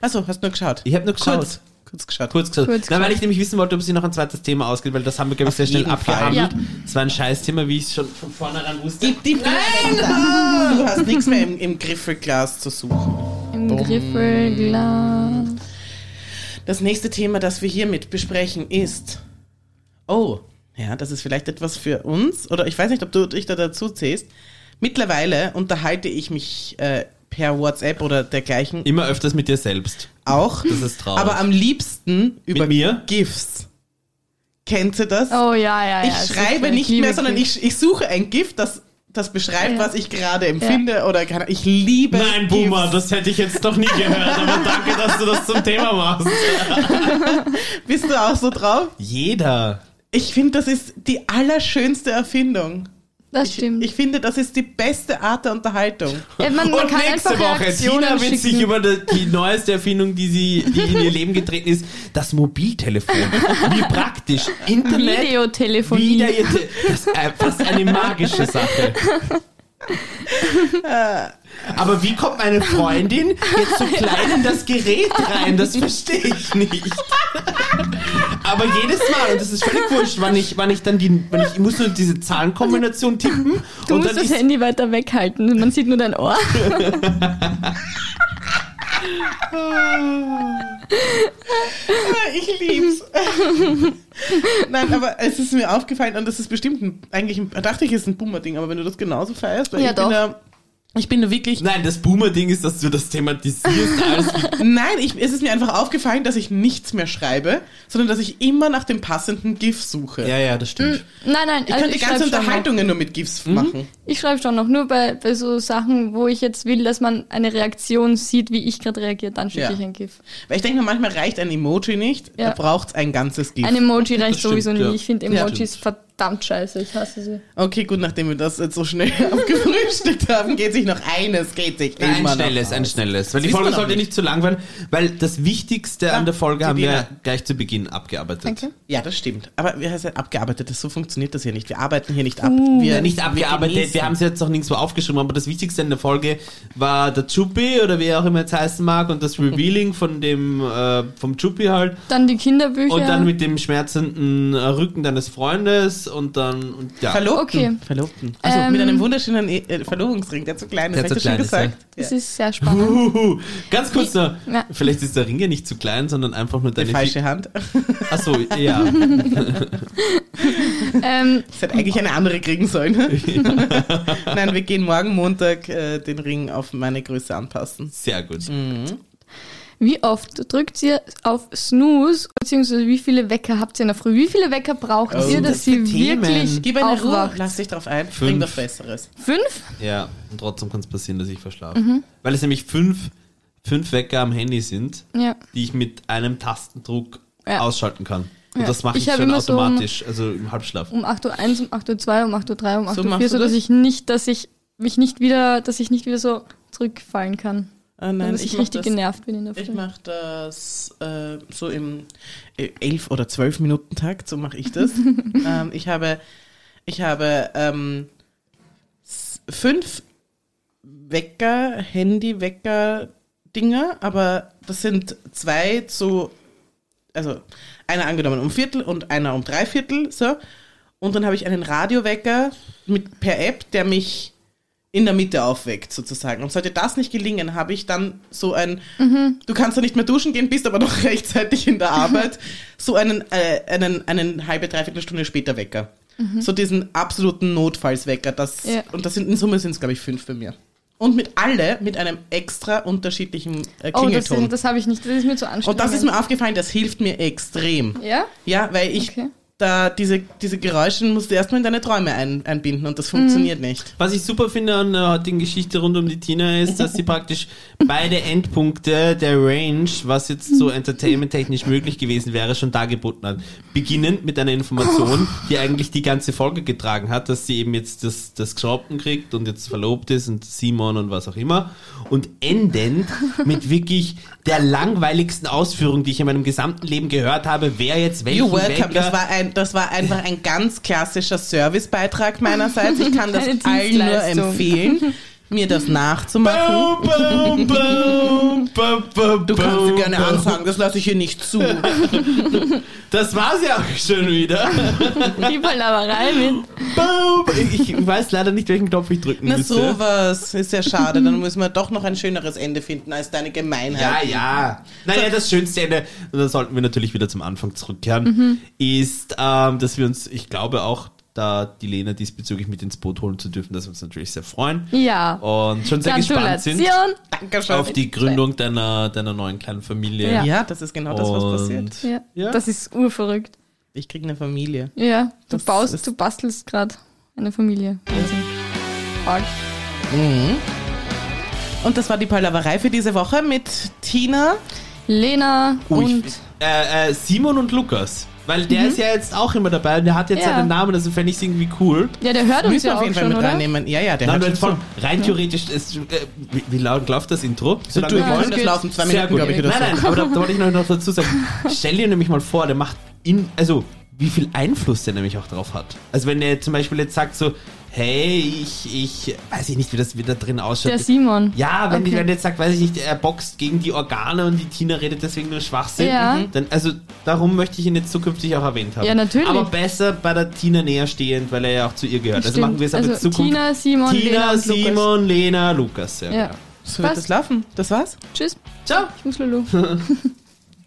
Speaker 1: Achso, Also, hast nur geschaut.
Speaker 3: Ich habe nur geschaut.
Speaker 1: Kurz. Kurz geschaut.
Speaker 3: Kurz gesagt.
Speaker 2: Kurz
Speaker 3: Nein, weil
Speaker 2: gesagt.
Speaker 3: ich nämlich wissen wollte, ob sie noch ein zweites Thema ausgeht, weil das haben wir, glaube ich,
Speaker 1: Auf
Speaker 3: sehr schnell
Speaker 1: jeden
Speaker 3: abgehandelt.
Speaker 2: Fall.
Speaker 3: Es war ein Scheißthema, wie ich es schon von vornherein wusste.
Speaker 1: Gib die Nein! Du hast nichts mehr im, im Griffelglas zu suchen.
Speaker 2: Im Griffelglas.
Speaker 1: Das nächste Thema, das wir hiermit besprechen, ist. Oh, ja, das ist vielleicht etwas für uns, oder ich weiß nicht, ob du dich da dazu zählst. Mittlerweile unterhalte ich mich äh, per WhatsApp oder dergleichen
Speaker 3: Immer öfters mit dir selbst.
Speaker 1: auch.
Speaker 3: Das ist traurig.
Speaker 1: Aber am liebsten über
Speaker 3: mir?
Speaker 1: GIFs. Kennt ihr das?
Speaker 2: Oh ja, ja, ja.
Speaker 1: ich schreibe
Speaker 2: sicher.
Speaker 1: nicht
Speaker 2: liebe
Speaker 1: mehr, sondern
Speaker 2: Griffe.
Speaker 1: ich, ich suche ein GIF, das, das beschreibt,
Speaker 2: Ja.
Speaker 1: was ich gerade empfinde oder keine, ich liebe
Speaker 3: Nein, Boomer,
Speaker 1: GIFs.
Speaker 3: das hätte ich jetzt doch nie gehört, aber danke, dass du das zum Thema machst.
Speaker 1: Bist du auch so drauf?
Speaker 3: Jeder.
Speaker 1: Ich finde, das ist die allerschönste Erfindung.
Speaker 2: Das
Speaker 1: Ich,
Speaker 2: stimmt.
Speaker 1: ich finde, das ist die beste Art der Unterhaltung.
Speaker 2: Äh, man, man
Speaker 3: Und
Speaker 2: kann
Speaker 3: nächste
Speaker 2: einfach
Speaker 3: Woche,
Speaker 2: Reaktionen
Speaker 3: Tina wird sich
Speaker 2: schicken.
Speaker 3: über die, die neueste Erfindung, die, sie, die in ihr Leben getreten ist, das Mobiltelefon. Wie praktisch. Internet,
Speaker 2: Videotelefonie.
Speaker 3: wieder ihr... Te das ist äh, fast eine magische Sache. Aber wie kommt meine Freundin jetzt so klein in das Gerät rein? Das verstehe ich nicht. Aber jedes Mal, und das ist völlig wurscht, wann ich, wann ich dann die, wann ich, ich muss nur diese Zahlenkombination tippen
Speaker 2: Also, Du
Speaker 3: und
Speaker 2: musst
Speaker 3: dann
Speaker 2: das
Speaker 3: ist
Speaker 2: Handy weiter weghalten. Man sieht nur dein Ohr.
Speaker 1: Ah, Ich lieb's. Nein, aber es ist mir aufgefallen und das ist bestimmt ein, eigentlich, ein, dachte ich, es ist ein Boomer-Ding, aber wenn du das genauso feierst, weil
Speaker 2: Ja,
Speaker 1: ich, bin
Speaker 2: doch.
Speaker 1: da, ich bin da wirklich
Speaker 3: Nein, das Boomer-Ding ist, dass du das thematisierst. Als
Speaker 1: Nein, ich, es ist mir einfach aufgefallen, dass ich nichts mehr schreibe, sondern dass ich immer nach dem passenden GIF suche.
Speaker 3: ja, das stimmt.
Speaker 2: Nein, nein.
Speaker 1: Ich
Speaker 2: also
Speaker 1: könnte
Speaker 2: ich
Speaker 1: ganze
Speaker 2: schreib schon noch.
Speaker 1: Unterhaltungen nur mit GIFs machen.
Speaker 2: Ich schreibe schon noch, nur bei, bei so Sachen, wo ich jetzt will, dass man eine Reaktion sieht, wie ich gerade reagiere, dann schicke
Speaker 1: Ja.
Speaker 2: ich ein GIF.
Speaker 1: Weil ich denke mir, manchmal reicht ein Emoji nicht, da
Speaker 2: Ja.
Speaker 1: braucht's ein ganzes GIF.
Speaker 2: Ein Emoji reicht
Speaker 3: stimmt,
Speaker 2: sowieso
Speaker 3: ja.
Speaker 2: nie. Ich finde
Speaker 1: Ja.
Speaker 2: Emojis verdammt scheiße. Ich hasse sie.
Speaker 1: okay, gut, nachdem wir das jetzt so schnell abgefrühstückt haben, geht sich noch eines, geht sich
Speaker 3: Nein,
Speaker 1: immer
Speaker 3: ein schnelles,
Speaker 1: noch
Speaker 3: ein
Speaker 1: aus.
Speaker 3: schnelles. Weil die
Speaker 1: Das wissen
Speaker 3: Folge
Speaker 1: wir noch
Speaker 3: sollte
Speaker 1: nicht.
Speaker 3: nicht zu lang werden, weil das Wichtigste an der Folge haben wir
Speaker 1: Sabine.
Speaker 3: gleich zu Beginn abgearbeitet.
Speaker 2: Danke.
Speaker 1: Ja, das stimmt. Aber wir haben es ja abgearbeitet, das, so funktioniert das hier nicht. Wir arbeiten hier nicht ab.
Speaker 3: Ja,
Speaker 1: Wir
Speaker 3: nicht abgearbeitet, wir haben es jetzt noch nirgendwo aufgeschrieben, aber das Wichtigste in der Folge war der Chuppi oder wie er auch immer jetzt heißen mag und das Revealing von dem, äh, vom Chuppi halt
Speaker 2: Dann die Kinderbücher.
Speaker 3: und dann mit dem schmerzenden äh, Rücken deines Freundes und dann, und ja.
Speaker 1: Verlobten.
Speaker 2: Okay.
Speaker 1: Verlobten. Also
Speaker 2: Ähm.
Speaker 1: mit einem wunderschönen äh, Verlobungsring, der zu klein ist,
Speaker 3: Der
Speaker 1: hast du
Speaker 3: zu
Speaker 1: schon
Speaker 3: klein ist, ja.
Speaker 1: gesagt.
Speaker 2: das ist sehr spannend.
Speaker 3: Uhuhu. Ganz kurz noch,
Speaker 2: Ja.
Speaker 3: vielleicht ist der Ring ja nicht zu klein, sondern einfach nur
Speaker 1: Die
Speaker 3: deine
Speaker 1: falsche Hand.
Speaker 3: Achso, ja.
Speaker 2: ähm,
Speaker 1: Das hätte eigentlich eine andere kriegen sollen. Nein, wir gehen morgen Montag äh, den Ring auf meine Größe anpassen.
Speaker 3: Sehr gut.
Speaker 2: wie oft drückt ihr auf Snooze, beziehungsweise wie viele Wecker habt ihr in der Früh? Wie viele Wecker braucht
Speaker 1: Oh.
Speaker 2: ihr,
Speaker 3: Das
Speaker 2: dass
Speaker 3: sind
Speaker 2: ihr
Speaker 3: Themen.
Speaker 2: wirklich
Speaker 1: Gib eine Ruhe,
Speaker 2: aufwacht?
Speaker 1: lass dich drauf ein, bring
Speaker 3: Fünf.
Speaker 1: doch Besseres.
Speaker 2: Fünf?
Speaker 3: Ja, und trotzdem kann es passieren, dass ich verschlafe. Weil es nämlich fünf, fünf Wecker am Handy sind,
Speaker 2: Ja.
Speaker 3: die ich mit einem Tastendruck
Speaker 2: Ja.
Speaker 3: ausschalten kann. Und
Speaker 2: Ja.
Speaker 3: das mache ich,
Speaker 2: Ich hab
Speaker 3: schon
Speaker 2: immer so ein-
Speaker 3: automatisch, also im Halbschlaf.
Speaker 2: um 8.01 um 8.02 um 8.03 um 8.04
Speaker 1: So
Speaker 2: so,
Speaker 1: machst du
Speaker 2: dass
Speaker 1: das?
Speaker 2: ich nicht, dass ich mich nicht wieder, dass ich nicht wieder so zurückfallen kann.
Speaker 1: Ah,
Speaker 2: Nein, dass ich,
Speaker 1: mach
Speaker 2: richtig
Speaker 1: das,
Speaker 2: genervt bin in der
Speaker 1: Ich
Speaker 2: Früh. Oh,
Speaker 1: mache das äh, so im äh, 11- oder 12-Minuten-Takt, so mache ich das. ähm, ich habe, ich habe ähm, s- fünf Wecker, Handy-Wecker, Dinger, aber das sind zwei zu, also einer angenommen um Viertel und einer um Dreiviertel, so. Und dann habe ich einen Radiowecker mit per App, der mich in der Mitte aufweckt, sozusagen. Und sollte das nicht gelingen, habe ich dann so ein, du kannst ja nicht mehr duschen gehen, bist aber noch rechtzeitig in der Arbeit, so einen, äh, einen, einen halbe, dreiviertel Stunde später Wecker. So diesen absoluten Notfallswecker. Das,
Speaker 2: Ja.
Speaker 1: Und das sind in Summe sind es, glaube ich, fünf bei mir. Und mit alle mit einem extra unterschiedlichen äh,
Speaker 2: Oh, das,
Speaker 1: Klingelton.
Speaker 2: das habe ich nicht. Das ist mir zu
Speaker 1: und
Speaker 2: anstrengend.
Speaker 1: das ist mir aufgefallen, das hilft mir extrem.
Speaker 2: ja?
Speaker 1: Ja, weil ich
Speaker 2: Okay.
Speaker 1: da diese, diese Geräusche musst du erstmal in deine Träume ein, einbinden und das
Speaker 2: Mhm.
Speaker 1: funktioniert nicht.
Speaker 3: Was ich super finde an der heutigen Geschichte rund um die Tina ist, dass sie praktisch beide Endpunkte der Range, was jetzt so entertainment-technisch möglich gewesen wäre, schon dargeboten hat. Beginnend mit einer Information, die eigentlich die ganze Folge getragen hat, dass sie eben jetzt das, das Geschraubten kriegt und jetzt verlobt ist und Simon und was auch immer. Und endend mit wirklich der langweiligsten Ausführung, die ich in meinem gesamten Leben gehört habe, wer jetzt welchen
Speaker 1: You welcome.
Speaker 3: Wecker-
Speaker 1: Das war, ein, das war einfach ein ganz klassischer Servicebeitrag meinerseits. Ich kann das
Speaker 2: Eine
Speaker 1: allen nur
Speaker 2: Dienstleistung.
Speaker 1: empfehlen, mir das nachzumachen. Du
Speaker 3: Du
Speaker 1: kannst sie gerne ansagen, das lasse ich hier nicht zu.
Speaker 3: Das war's ja auch schon wieder.
Speaker 2: Die Palaverei mit.
Speaker 3: Bum. Ich weiß leider nicht, welchen Knopf ich drücken
Speaker 1: Na
Speaker 3: müsste.
Speaker 1: sowas, ist ja schade. Dann müssen wir doch noch ein schöneres Ende finden als deine
Speaker 3: Ja,
Speaker 1: Gemeinheit.
Speaker 3: ja. Naja, das schönste Ende, und da sollten wir natürlich wieder zum Anfang
Speaker 2: Mhm.
Speaker 3: zurückkehren, ist, ähm, dass wir uns, ich glaube auch, da die Lena diesbezüglich mit ins Boot holen zu dürfen, dass wir uns natürlich sehr freuen.
Speaker 2: Ja.
Speaker 3: Und schon Oh, sehr gespannt sind
Speaker 2: Gratulation.
Speaker 1: Dankeschön.
Speaker 3: auf die Gründung deiner, deiner neuen kleinen Familie.
Speaker 2: Ja.
Speaker 1: ja, das ist genau das, was
Speaker 3: Und-
Speaker 1: passiert.
Speaker 2: Ja.
Speaker 3: Ja.
Speaker 2: Das ist urverrückt.
Speaker 1: Ich krieg eine Familie.
Speaker 2: Ja, du
Speaker 1: Das ist-
Speaker 2: baust, du bastelst gerade eine Familie. Wahnsinn. Arg.
Speaker 1: Und das war die Palaverei für diese Woche mit Tina.
Speaker 2: Lena
Speaker 3: Oh, ich-
Speaker 2: und
Speaker 3: äh, äh, Simon und Lukas. Weil der ist ja jetzt auch immer dabei und der hat jetzt
Speaker 2: Mhm. Ja.
Speaker 3: seinen Namen, also fände ich es irgendwie cool.
Speaker 2: ja, der hört uns
Speaker 1: Müssen wir
Speaker 2: ja
Speaker 1: auf
Speaker 2: auch
Speaker 1: jeden Fall
Speaker 2: schon,
Speaker 1: mit
Speaker 2: oder?
Speaker 1: reinnehmen. Ja, ja, der
Speaker 3: Nein,
Speaker 1: hat
Speaker 3: nein,
Speaker 1: schon
Speaker 3: von, rein theoretisch, ist, äh, wie, wie laut läuft das Intro?
Speaker 1: so
Speaker 3: Solange
Speaker 1: durch.
Speaker 3: wir
Speaker 1: Wir
Speaker 3: wollen?
Speaker 1: können das laufen. Zwei
Speaker 3: Sehr
Speaker 1: Minuten,
Speaker 3: gut.
Speaker 1: glaube ich,
Speaker 3: Nein,
Speaker 1: oder so.
Speaker 3: nein, aber da, da wollte ich noch- noch dazu sagen. Stell dir nämlich mal vor, der macht in, also wie viel Einfluss der nämlich auch drauf hat. Also wenn der zum Beispiel jetzt sagt so, hey, ich, ich, weiß ich nicht, wie das wieder drin ausschaut.
Speaker 2: Der Simon.
Speaker 3: Ja, wenn die
Speaker 2: Okay.
Speaker 3: wenn jetzt sagt, weiß ich nicht, er boxt gegen die Organe und die Tina redet deswegen nur Schwachsinn,
Speaker 2: Ja. Mhm.
Speaker 3: dann also darum möchte ich ihn jetzt zukünftig auch erwähnt haben.
Speaker 2: Ja, natürlich.
Speaker 3: Aber besser bei der Tina näher stehend, weil er ja auch zu ihr gehört. Also
Speaker 2: Stimmt.
Speaker 3: machen wir es aber
Speaker 2: also
Speaker 3: in Zukunft.
Speaker 2: Tina, Simon, Lena
Speaker 3: Tina,
Speaker 2: und Lukas.
Speaker 3: Simon, Lena, Lukas. Ja.
Speaker 2: Ja.
Speaker 3: genau.
Speaker 1: So wird
Speaker 2: Was?
Speaker 1: das laufen. Das war's.
Speaker 2: Tschüss,
Speaker 3: Ciao.
Speaker 2: ich muss Lulu.